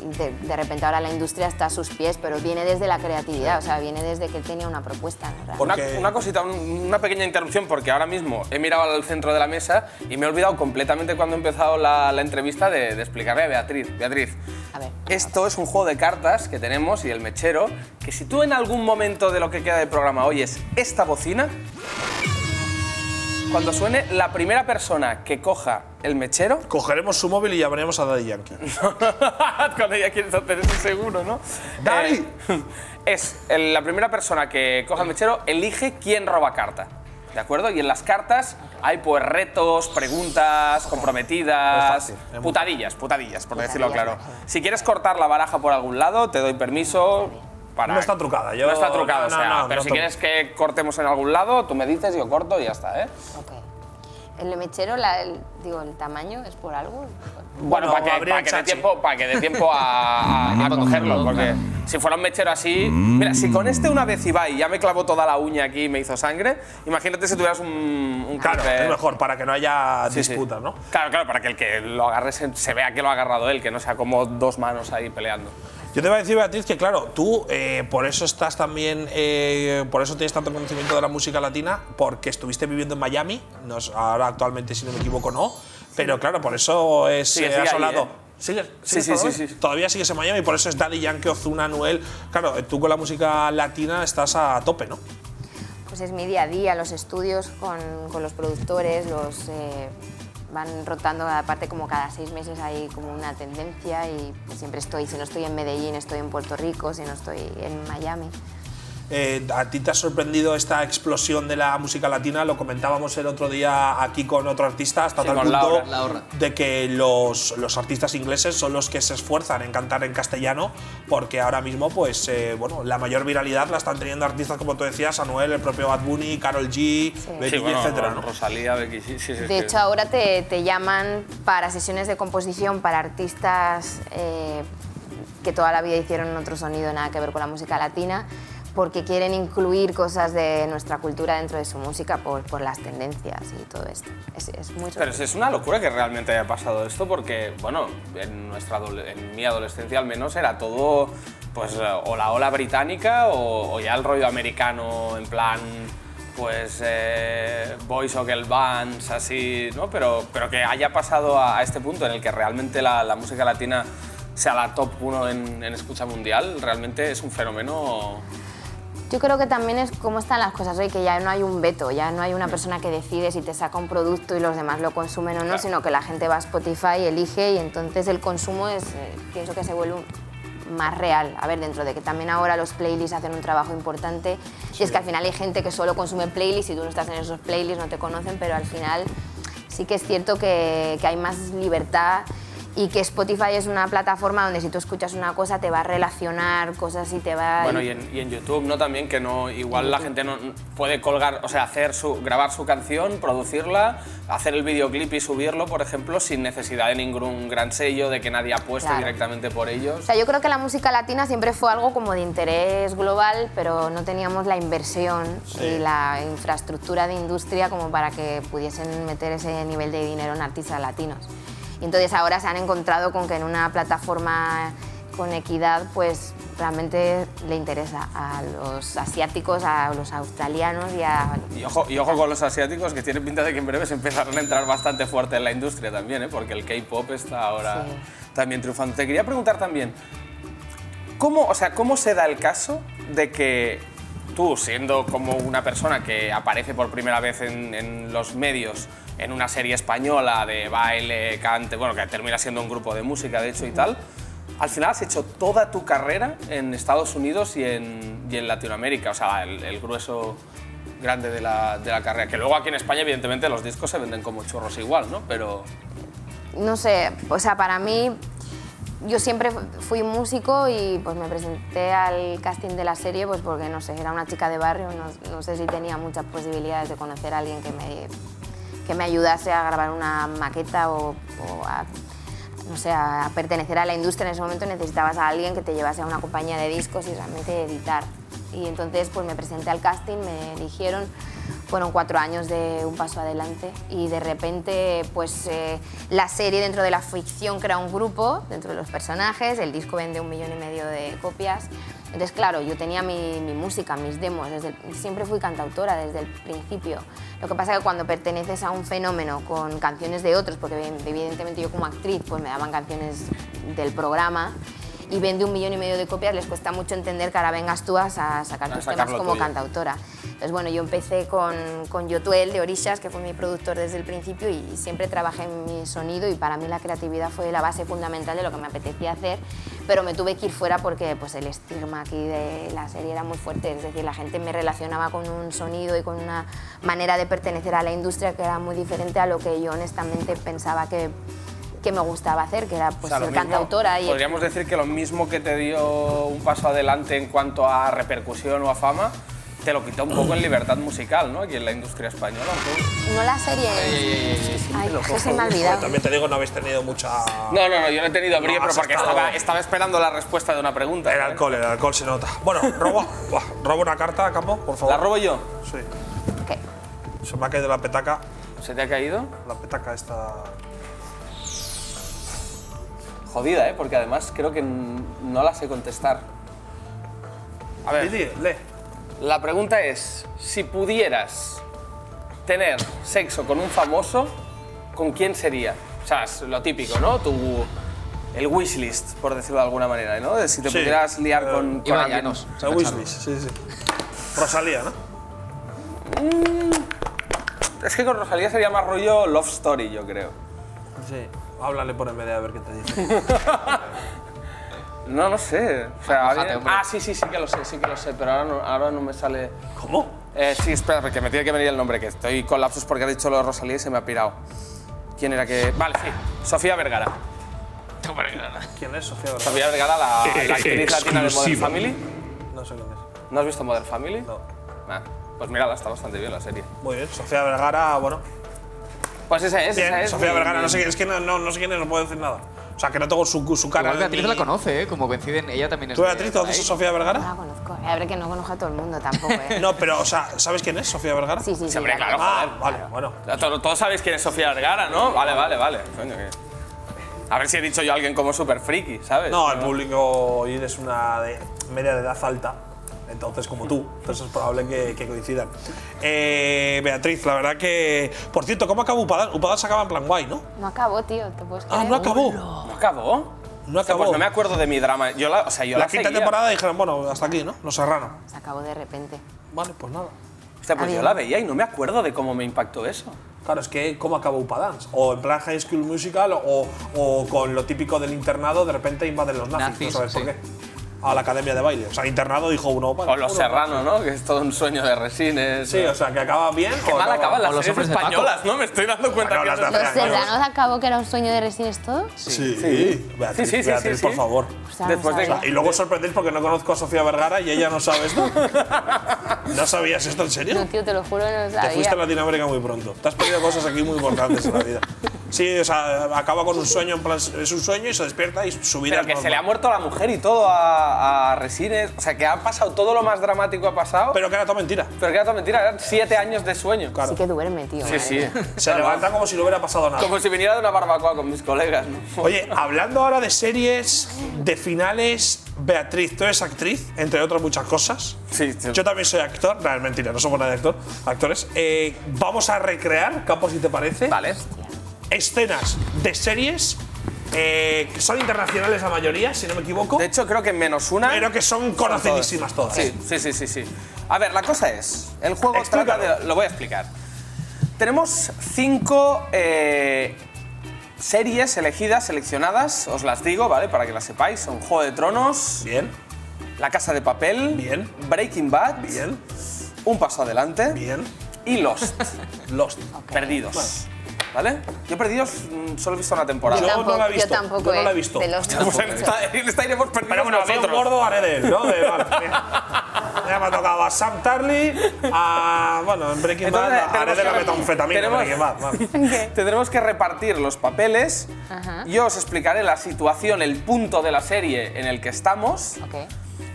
[SPEAKER 14] y de, de repente ahora la industria está a sus pies, pero viene desde la creatividad, o sea, viene desde que él tenía una propuesta. ¿no?
[SPEAKER 1] Una, una cosita, un- una pequeña interrupción, porque ahora mismo he mirado al centro de la mesa y me he olvidado completamente cuando he empezado la, la entrevista de, de explicarle a Beatriz. Beatriz, esto es un juego de cartas que tenemos y el mechero, que si tú en algún momento de lo que queda del programa oyes esta bocina, cuando suene la primera persona que coja el mechero... Cogeremos su móvil y llamaremos a Daddy Yankee. cuando ya quieres hacer eso seguro, ¿no? ¡Daddy! es el- la primera persona que coja el mechero, elige quién roba carta. ¿De acuerdo? Y en las cartas hay pues retos, preguntas, comprometidas, putadillas, putadillas, por decirlo claro. Si quieres cortar la baraja por algún lado, te doy permiso para...
[SPEAKER 3] No está trucada, yo-
[SPEAKER 1] No está trucada,
[SPEAKER 3] no,
[SPEAKER 1] o sea,
[SPEAKER 3] no, no,
[SPEAKER 1] pero
[SPEAKER 3] no
[SPEAKER 1] si
[SPEAKER 3] to-
[SPEAKER 1] quieres que cortemos en algún lado, tú me dices, yo corto y ya está, ¿eh?
[SPEAKER 14] El mechero, la- el- digo, el tamaño es por algo.
[SPEAKER 1] Bueno, para que,
[SPEAKER 3] habría
[SPEAKER 1] para que dé
[SPEAKER 3] chachi.
[SPEAKER 1] tiempo, para que dé tiempo a, a- a cogerlo, porque si fuera un mechero así. Mira, si con este una vez iba y ya me clavó toda la uña aquí y me hizo sangre, imagínate si tuvieras un. un
[SPEAKER 3] Claro,
[SPEAKER 1] caliper.
[SPEAKER 3] es mejor, para que no haya
[SPEAKER 1] Sí, sí.
[SPEAKER 3] disputas, ¿no?
[SPEAKER 1] Claro, claro, para que el que lo agarre se, se vea que lo ha agarrado él, que no sea como dos manos ahí peleando.
[SPEAKER 3] Yo te voy a decir, Beatriz, que claro, tú eh, por eso estás también, eh, por eso tienes tanto conocimiento de la música latina, porque estuviste viviendo en Miami, no es- ahora actualmente, si no me equivoco, no, pero claro, por eso es,
[SPEAKER 1] Sigue,
[SPEAKER 3] eh,
[SPEAKER 1] sigue
[SPEAKER 3] has
[SPEAKER 1] ahí,
[SPEAKER 3] hablado.
[SPEAKER 1] ¿eh?
[SPEAKER 3] ¿Sigues?
[SPEAKER 1] Sí,
[SPEAKER 3] ¿Sigues
[SPEAKER 1] sí,
[SPEAKER 3] todavía?
[SPEAKER 1] sí,
[SPEAKER 3] Todavía sigues en Miami, por eso es Daddy Yankee, Ozuna, Anuel. Claro, eh, tú con la música latina estás a tope, ¿no?
[SPEAKER 14] Pues es mi día a día, los estudios con, con los productores, los eh, van rotando aparte como cada seis meses hay como una tendencia y pues, siempre estoy, si no estoy en Medellín, estoy en Puerto Rico, si no estoy en Miami.
[SPEAKER 3] Eh, ¿A ti te ha sorprendido esta explosión de la música latina? Lo comentábamos el otro día aquí con otro artista, hasta
[SPEAKER 1] Sí,
[SPEAKER 3] tal
[SPEAKER 1] con
[SPEAKER 3] punto
[SPEAKER 1] Laura, Laura.
[SPEAKER 3] de que los, los artistas ingleses son los que se esfuerzan en cantar en castellano, porque ahora mismo, pues, eh, bueno, la mayor viralidad la están teniendo artistas como tú decías, Anuel, el propio Bad Bunny, Carol G, Becky
[SPEAKER 1] Sí,
[SPEAKER 3] G,
[SPEAKER 1] bueno,
[SPEAKER 3] etcétera, ¿no?
[SPEAKER 1] Rosalía, Becky, sí, sí, sí,
[SPEAKER 14] De
[SPEAKER 1] sí.
[SPEAKER 14] hecho, ahora te, te llaman para sesiones de composición para artistas eh, que toda la vida hicieron otro sonido, nada que ver con la música latina, porque quieren incluir cosas de nuestra cultura dentro de su música por, por las tendencias y todo esto. Es, es muy
[SPEAKER 1] Pero es- es una locura que realmente haya pasado esto porque, bueno, en, nuestra adole- en mi adolescencia al menos era todo, pues, eh, o la ola británica o, o ya el rollo americano, en plan, pues, eh, boys o girl bands, así, ¿no? Pero, pero que haya pasado a, a este punto en el que realmente la, la música latina sea la top 1 en, en escucha mundial, realmente es un fenómeno...
[SPEAKER 14] Yo creo que también es cómo están las cosas hoy, que ya no hay un veto, ya no hay
[SPEAKER 1] Mm.
[SPEAKER 14] una persona que decide si te saca un producto y los demás lo consumen o no, sino que la gente va a Spotify, elige y entonces el consumo es, eh, pienso que se vuelve un- más real. A ver, dentro de que también ahora los playlists hacen un trabajo importante y es que al final hay gente que solo consume playlists y tú no estás en esos playlists, no te conocen, pero al final sí que es cierto que, que hay más libertad y que Spotify es una plataforma donde si tú escuchas una cosa te va a relacionar cosas y te va
[SPEAKER 1] Bueno, y en, y en YouTube, ¿no? También que no, igual la gente no puede colgar, o sea, hacer su, grabar su canción, producirla, hacer el videoclip y subirlo, por ejemplo, sin necesidad de ningún gran sello, de que nadie apueste
[SPEAKER 14] Claro.
[SPEAKER 1] directamente por
[SPEAKER 14] O
[SPEAKER 1] ellos.
[SPEAKER 14] sea, yo creo que la música latina siempre fue algo como de interés global, pero no teníamos la inversión
[SPEAKER 1] Sí.
[SPEAKER 14] y la infraestructura de industria como para que pudiesen meter ese nivel de dinero en artistas latinos. Y entonces ahora se han encontrado con que en una plataforma con equidad, pues realmente le interesa a los asiáticos, a los australianos y a...
[SPEAKER 1] Y ojo, y ojo con los asiáticos, que tienen pinta de que en breve se empezarán a entrar bastante fuerte en la industria también, ¿eh? porque el K-pop está ahora también triunfando. Te quería preguntar también, ¿cómo, o sea, ¿cómo se da el caso de que tú, siendo como una persona que aparece por primera vez en, en los medios, en una serie española de baile, cante, bueno, que termina siendo un grupo de música, de hecho, y tal, al final has hecho toda tu carrera en Estados Unidos y en, y en Latinoamérica, o sea, el, el grueso grande de la, de la carrera, que luego aquí en España, evidentemente, los discos se venden como churros igual, ¿no? Pero...
[SPEAKER 14] no sé, o sea, para mí, yo siempre fui músico y pues me presenté al casting de la serie pues porque, no sé, era una chica de barrio, no, no sé si tenía muchas posibilidades de conocer a alguien que me, que me ayudase a grabar una maqueta o, o a, no sé, a pertenecer a la industria. En ese momento necesitabas a alguien que te llevase a una compañía de discos y realmente editar. Y entonces pues me presenté al casting, me eligieron fueron cuatro años de un paso adelante y de repente pues eh, la serie dentro de la ficción crea un grupo dentro de los personajes, el disco vende un millón y medio de copias. Entonces, claro, yo tenía mi, mi música, mis demos, desde el- siempre fui cantautora desde el principio. Lo que pasa es que cuando perteneces a un fenómeno con canciones de otros, porque evi- evidentemente yo como actriz pues me daban canciones del programa y vende un millón y medio de copias, les cuesta mucho entender que ahora vengas tú a, sa- sacar
[SPEAKER 16] A
[SPEAKER 14] tus
[SPEAKER 16] sacar
[SPEAKER 14] temas
[SPEAKER 16] lo
[SPEAKER 14] como
[SPEAKER 16] tuyo.
[SPEAKER 14] cantautora autora. Entonces, bueno, yo empecé con, con Yotuel de Orishas, que fue mi productor desde el principio, y siempre trabajé en mi sonido y para mí la creatividad fue la base fundamental de lo que me apetecía hacer, pero me tuve que ir fuera porque pues, el estigma aquí de la serie era muy fuerte, es decir, la gente me relacionaba con un sonido y con una manera de pertenecer a la industria que era muy diferente a lo que yo honestamente pensaba que, que me gustaba hacer, que era pues,
[SPEAKER 1] O sea, lo
[SPEAKER 14] ser
[SPEAKER 1] mismo-
[SPEAKER 14] cantautora. y-
[SPEAKER 1] Podríamos decir que lo mismo que te dio un paso adelante en cuanto a repercusión o a fama, te lo quitó un poco en libertad musical, ¿no? Aquí en la industria española. un poco.
[SPEAKER 14] No la serie... Ay,
[SPEAKER 3] Lo
[SPEAKER 14] se
[SPEAKER 3] cojo.
[SPEAKER 14] me ha olvidado.
[SPEAKER 3] También te digo, no habéis tenido mucha.
[SPEAKER 1] No, no, no, yo no he tenido brío,
[SPEAKER 3] No,
[SPEAKER 1] pero
[SPEAKER 3] has
[SPEAKER 1] porque
[SPEAKER 3] estado-
[SPEAKER 1] estaba, estaba esperando la respuesta de una pregunta. ¿eh? El alcohol,
[SPEAKER 3] el alcohol se nota. Bueno, robo, buah, robo una carta, Campo, por favor.
[SPEAKER 1] ¿La robo yo?
[SPEAKER 3] Sí.
[SPEAKER 14] ¿Qué?
[SPEAKER 3] Se me ha caído la petaca.
[SPEAKER 1] ¿Se te ha caído?
[SPEAKER 3] La petaca esta.
[SPEAKER 1] Jodida, ¿eh? Porque además creo que n- no la sé contestar. A ver. La pregunta es, si pudieras tener sexo con un famoso, ¿con quién sería? O sea, es lo típico, ¿no? Tu, el wishlist, por decirlo de alguna manera, ¿no? De Si te
[SPEAKER 3] Sí.
[SPEAKER 1] pudieras liar con, con
[SPEAKER 3] Iván
[SPEAKER 1] alguien.
[SPEAKER 3] Llanos, La Wishlist, sí, sí. Rosalía, ¿no?
[SPEAKER 1] Es que con Rosalía sería más rollo love story, yo creo.
[SPEAKER 3] Sí. Háblale por MD a ver qué te dice.
[SPEAKER 1] No lo sé. O sea,
[SPEAKER 3] Mójate,
[SPEAKER 1] habría-
[SPEAKER 3] hombre.
[SPEAKER 1] ah, sí, sí, sí que lo sé, sí que lo sé, pero ahora no, ahora no me sale. ¿Cómo? sí, espera, que me tiene que venir el nombre, que estoy con lapsus porque has dicho lo de Rosalía y se me ha pirado. ¿Quién era que.? Vale, sí, Sofía Vergara.
[SPEAKER 3] ¿Quién es Sofía Vergara?
[SPEAKER 1] Sofía Vergara, la, la actriz latina de Modern
[SPEAKER 3] Eh, Exclusivo.
[SPEAKER 1] Family.
[SPEAKER 3] No sé quién es.
[SPEAKER 1] ¿No has visto Modern Family? No. pues mírala, está bastante bien la serie.
[SPEAKER 3] Muy bien, Sofía Vergara, bueno.
[SPEAKER 1] Pues esa es,
[SPEAKER 3] Bien,
[SPEAKER 1] esa es.
[SPEAKER 3] Sofía
[SPEAKER 1] Muy
[SPEAKER 3] Vergara, no
[SPEAKER 1] bien.
[SPEAKER 3] sé, quién- es que no, no- no sé quién es, no puedo decir nada. O sea, que no tengo su, su cara.
[SPEAKER 2] Igual
[SPEAKER 3] en
[SPEAKER 2] Beatriz
[SPEAKER 3] mi-
[SPEAKER 2] la conoce, ¿eh? Como coinciden, ella también es
[SPEAKER 3] ¿Tú,
[SPEAKER 2] de-
[SPEAKER 3] Beatriz, conoces a
[SPEAKER 2] ahí.
[SPEAKER 3] Sofía Vergara?
[SPEAKER 14] No la conozco. eh, A ver, que no conozco a todo el mundo tampoco, ¿eh?
[SPEAKER 3] No, pero, o sea, ¿sabes quién es Sofía Vergara? Sí,
[SPEAKER 14] sí,
[SPEAKER 1] Hombre, claro,
[SPEAKER 3] Ah,
[SPEAKER 1] joder.
[SPEAKER 3] vale, bueno.
[SPEAKER 1] Ya to- Todos sabéis quién es Sofía Vergara, ¿no? Vale, vale, vale. Coño, que- A ver si he dicho yo a alguien como super friki, ¿sabes?
[SPEAKER 3] No, el público hoy es una de media de edad alta, entonces como tú, entonces es probable que, que coincidan. Eh, Beatriz, la verdad que... Por cierto, ¿cómo acabó Upadán? Upadán se acaba en plan guay, ¿no?
[SPEAKER 14] No acabó, tío. ¿Te puedes
[SPEAKER 3] Ah,
[SPEAKER 14] creer?
[SPEAKER 3] no acabó.
[SPEAKER 1] ¿No acabó?
[SPEAKER 3] No
[SPEAKER 1] Hostia,
[SPEAKER 3] acabó.
[SPEAKER 1] Pues no me acuerdo de mi drama. Yo la, o sea, yo
[SPEAKER 3] la quinta
[SPEAKER 1] seguía.
[SPEAKER 3] temporada dijeron, bueno, hasta aquí, ¿no? Los Serrano.
[SPEAKER 14] Se acabó de repente.
[SPEAKER 3] Vale, pues nada.
[SPEAKER 1] Hostia, pues
[SPEAKER 14] Ah,
[SPEAKER 1] yo
[SPEAKER 14] bien.
[SPEAKER 1] la veía y no me acuerdo de cómo me impactó eso.
[SPEAKER 3] Claro, es que ¿cómo acabó Upadance? O en plan High School Musical o, o con lo típico del internado, de repente invaden los nazis,
[SPEAKER 1] Nazis,
[SPEAKER 3] no sabes por qué. A la academia de baile. O sea, internado dijo uno.
[SPEAKER 1] O Los Serrano, ¿no? Que es todo un sueño de resines.
[SPEAKER 3] Sí, o sea, que acaba bien.
[SPEAKER 1] Qué
[SPEAKER 3] o
[SPEAKER 1] mal
[SPEAKER 3] acaba-
[SPEAKER 1] acaban
[SPEAKER 3] o
[SPEAKER 1] las
[SPEAKER 3] los
[SPEAKER 1] series
[SPEAKER 3] hombres de Paco.
[SPEAKER 1] españolas, ¿no? Me estoy dando cuenta que
[SPEAKER 3] Ah, las de
[SPEAKER 1] eso-
[SPEAKER 14] Los Serranos acabó que era un sueño de Resines todo.
[SPEAKER 3] Sí,
[SPEAKER 1] Sí.
[SPEAKER 3] Beatriz,
[SPEAKER 1] Sí, sí, sí,
[SPEAKER 3] Beatriz,
[SPEAKER 1] sí,
[SPEAKER 3] por
[SPEAKER 1] sí.
[SPEAKER 3] favor.
[SPEAKER 14] sea, Después no de- sabía.
[SPEAKER 3] y luego os sorprendéis porque no conozco a Sofía Vergara y ella no sabe esto. ¿No sabías esto en serio?
[SPEAKER 14] No, tío, te lo juro, no lo
[SPEAKER 3] Te fuiste a
[SPEAKER 14] sabía.
[SPEAKER 3] Latinoamérica muy pronto. Te has perdido cosas aquí muy importantes en la vida. Sí, o sea, acaba con un sueño, en plan, es un sueño y se despierta y su vida
[SPEAKER 1] Pero
[SPEAKER 3] es
[SPEAKER 1] que se
[SPEAKER 3] normal.
[SPEAKER 1] le ha muerto la mujer y todo a, a Resines. O sea, que ha pasado todo lo más dramático ha pasado.
[SPEAKER 3] Pero que era toda mentira.
[SPEAKER 1] Pero que era toda mentira. Eran siete años de sueño.
[SPEAKER 14] Sí que duerme, tío.
[SPEAKER 1] Sí,
[SPEAKER 14] madre
[SPEAKER 1] sí.
[SPEAKER 14] mía.
[SPEAKER 3] Se levanta como si no hubiera pasado nada.
[SPEAKER 1] Como si viniera de una barbacoa con mis colegas. ¿no?
[SPEAKER 3] Oye, hablando ahora de series, de finales, Beatriz, tú eres actriz, entre otras muchas cosas.
[SPEAKER 1] Sí,
[SPEAKER 3] Yo también soy actor, no, es mentira, no somos nada de actor, actores. Eh, vamos a recrear, Capo, si te parece.
[SPEAKER 1] Vale.
[SPEAKER 3] Escenas de series. eh, que son internacionales la mayoría, si no me equivoco. De
[SPEAKER 1] hecho, creo que menos una.
[SPEAKER 3] Pero que son conocidísimas todas.
[SPEAKER 1] Sí, sí, sí, sí. sí. A ver, la cosa es, el juego trata de... Lo voy a explicar. Tenemos cinco eh, series elegidas, seleccionadas, os las digo, ¿vale? Para que las sepáis. Son Juego de Tronos. Bien. La Casa de Papel. Bien. Breaking Bad. Bien. Un paso adelante. Bien. Y Lost. Lost. Perdidos. ¿Vale? Yo perdidos mm, solo he visto una temporada.
[SPEAKER 14] Yo tampoco, yo tampoco,
[SPEAKER 1] Yo no la he
[SPEAKER 14] eh,
[SPEAKER 1] visto.
[SPEAKER 14] de Lost
[SPEAKER 1] Pues en
[SPEAKER 14] tampoco.
[SPEAKER 1] esta, en esta iremos perdidos
[SPEAKER 3] Pero bueno, había un
[SPEAKER 1] nosotros.
[SPEAKER 3] gordo, haré de él, ¿no? De- vale, bien. ya me ha tocado a Sam Tarly, a. Bueno, en Breaking
[SPEAKER 1] Entonces,
[SPEAKER 3] Bad, haré
[SPEAKER 1] tenemos
[SPEAKER 3] de la
[SPEAKER 1] que-
[SPEAKER 3] metanfetamina. en
[SPEAKER 1] tenemos-
[SPEAKER 3] Breaking Bad, vale.
[SPEAKER 1] Tendremos que repartir los papeles.
[SPEAKER 14] Ajá.
[SPEAKER 1] Yo os explicaré la situación, el punto de la serie en el que estamos.
[SPEAKER 14] Ok.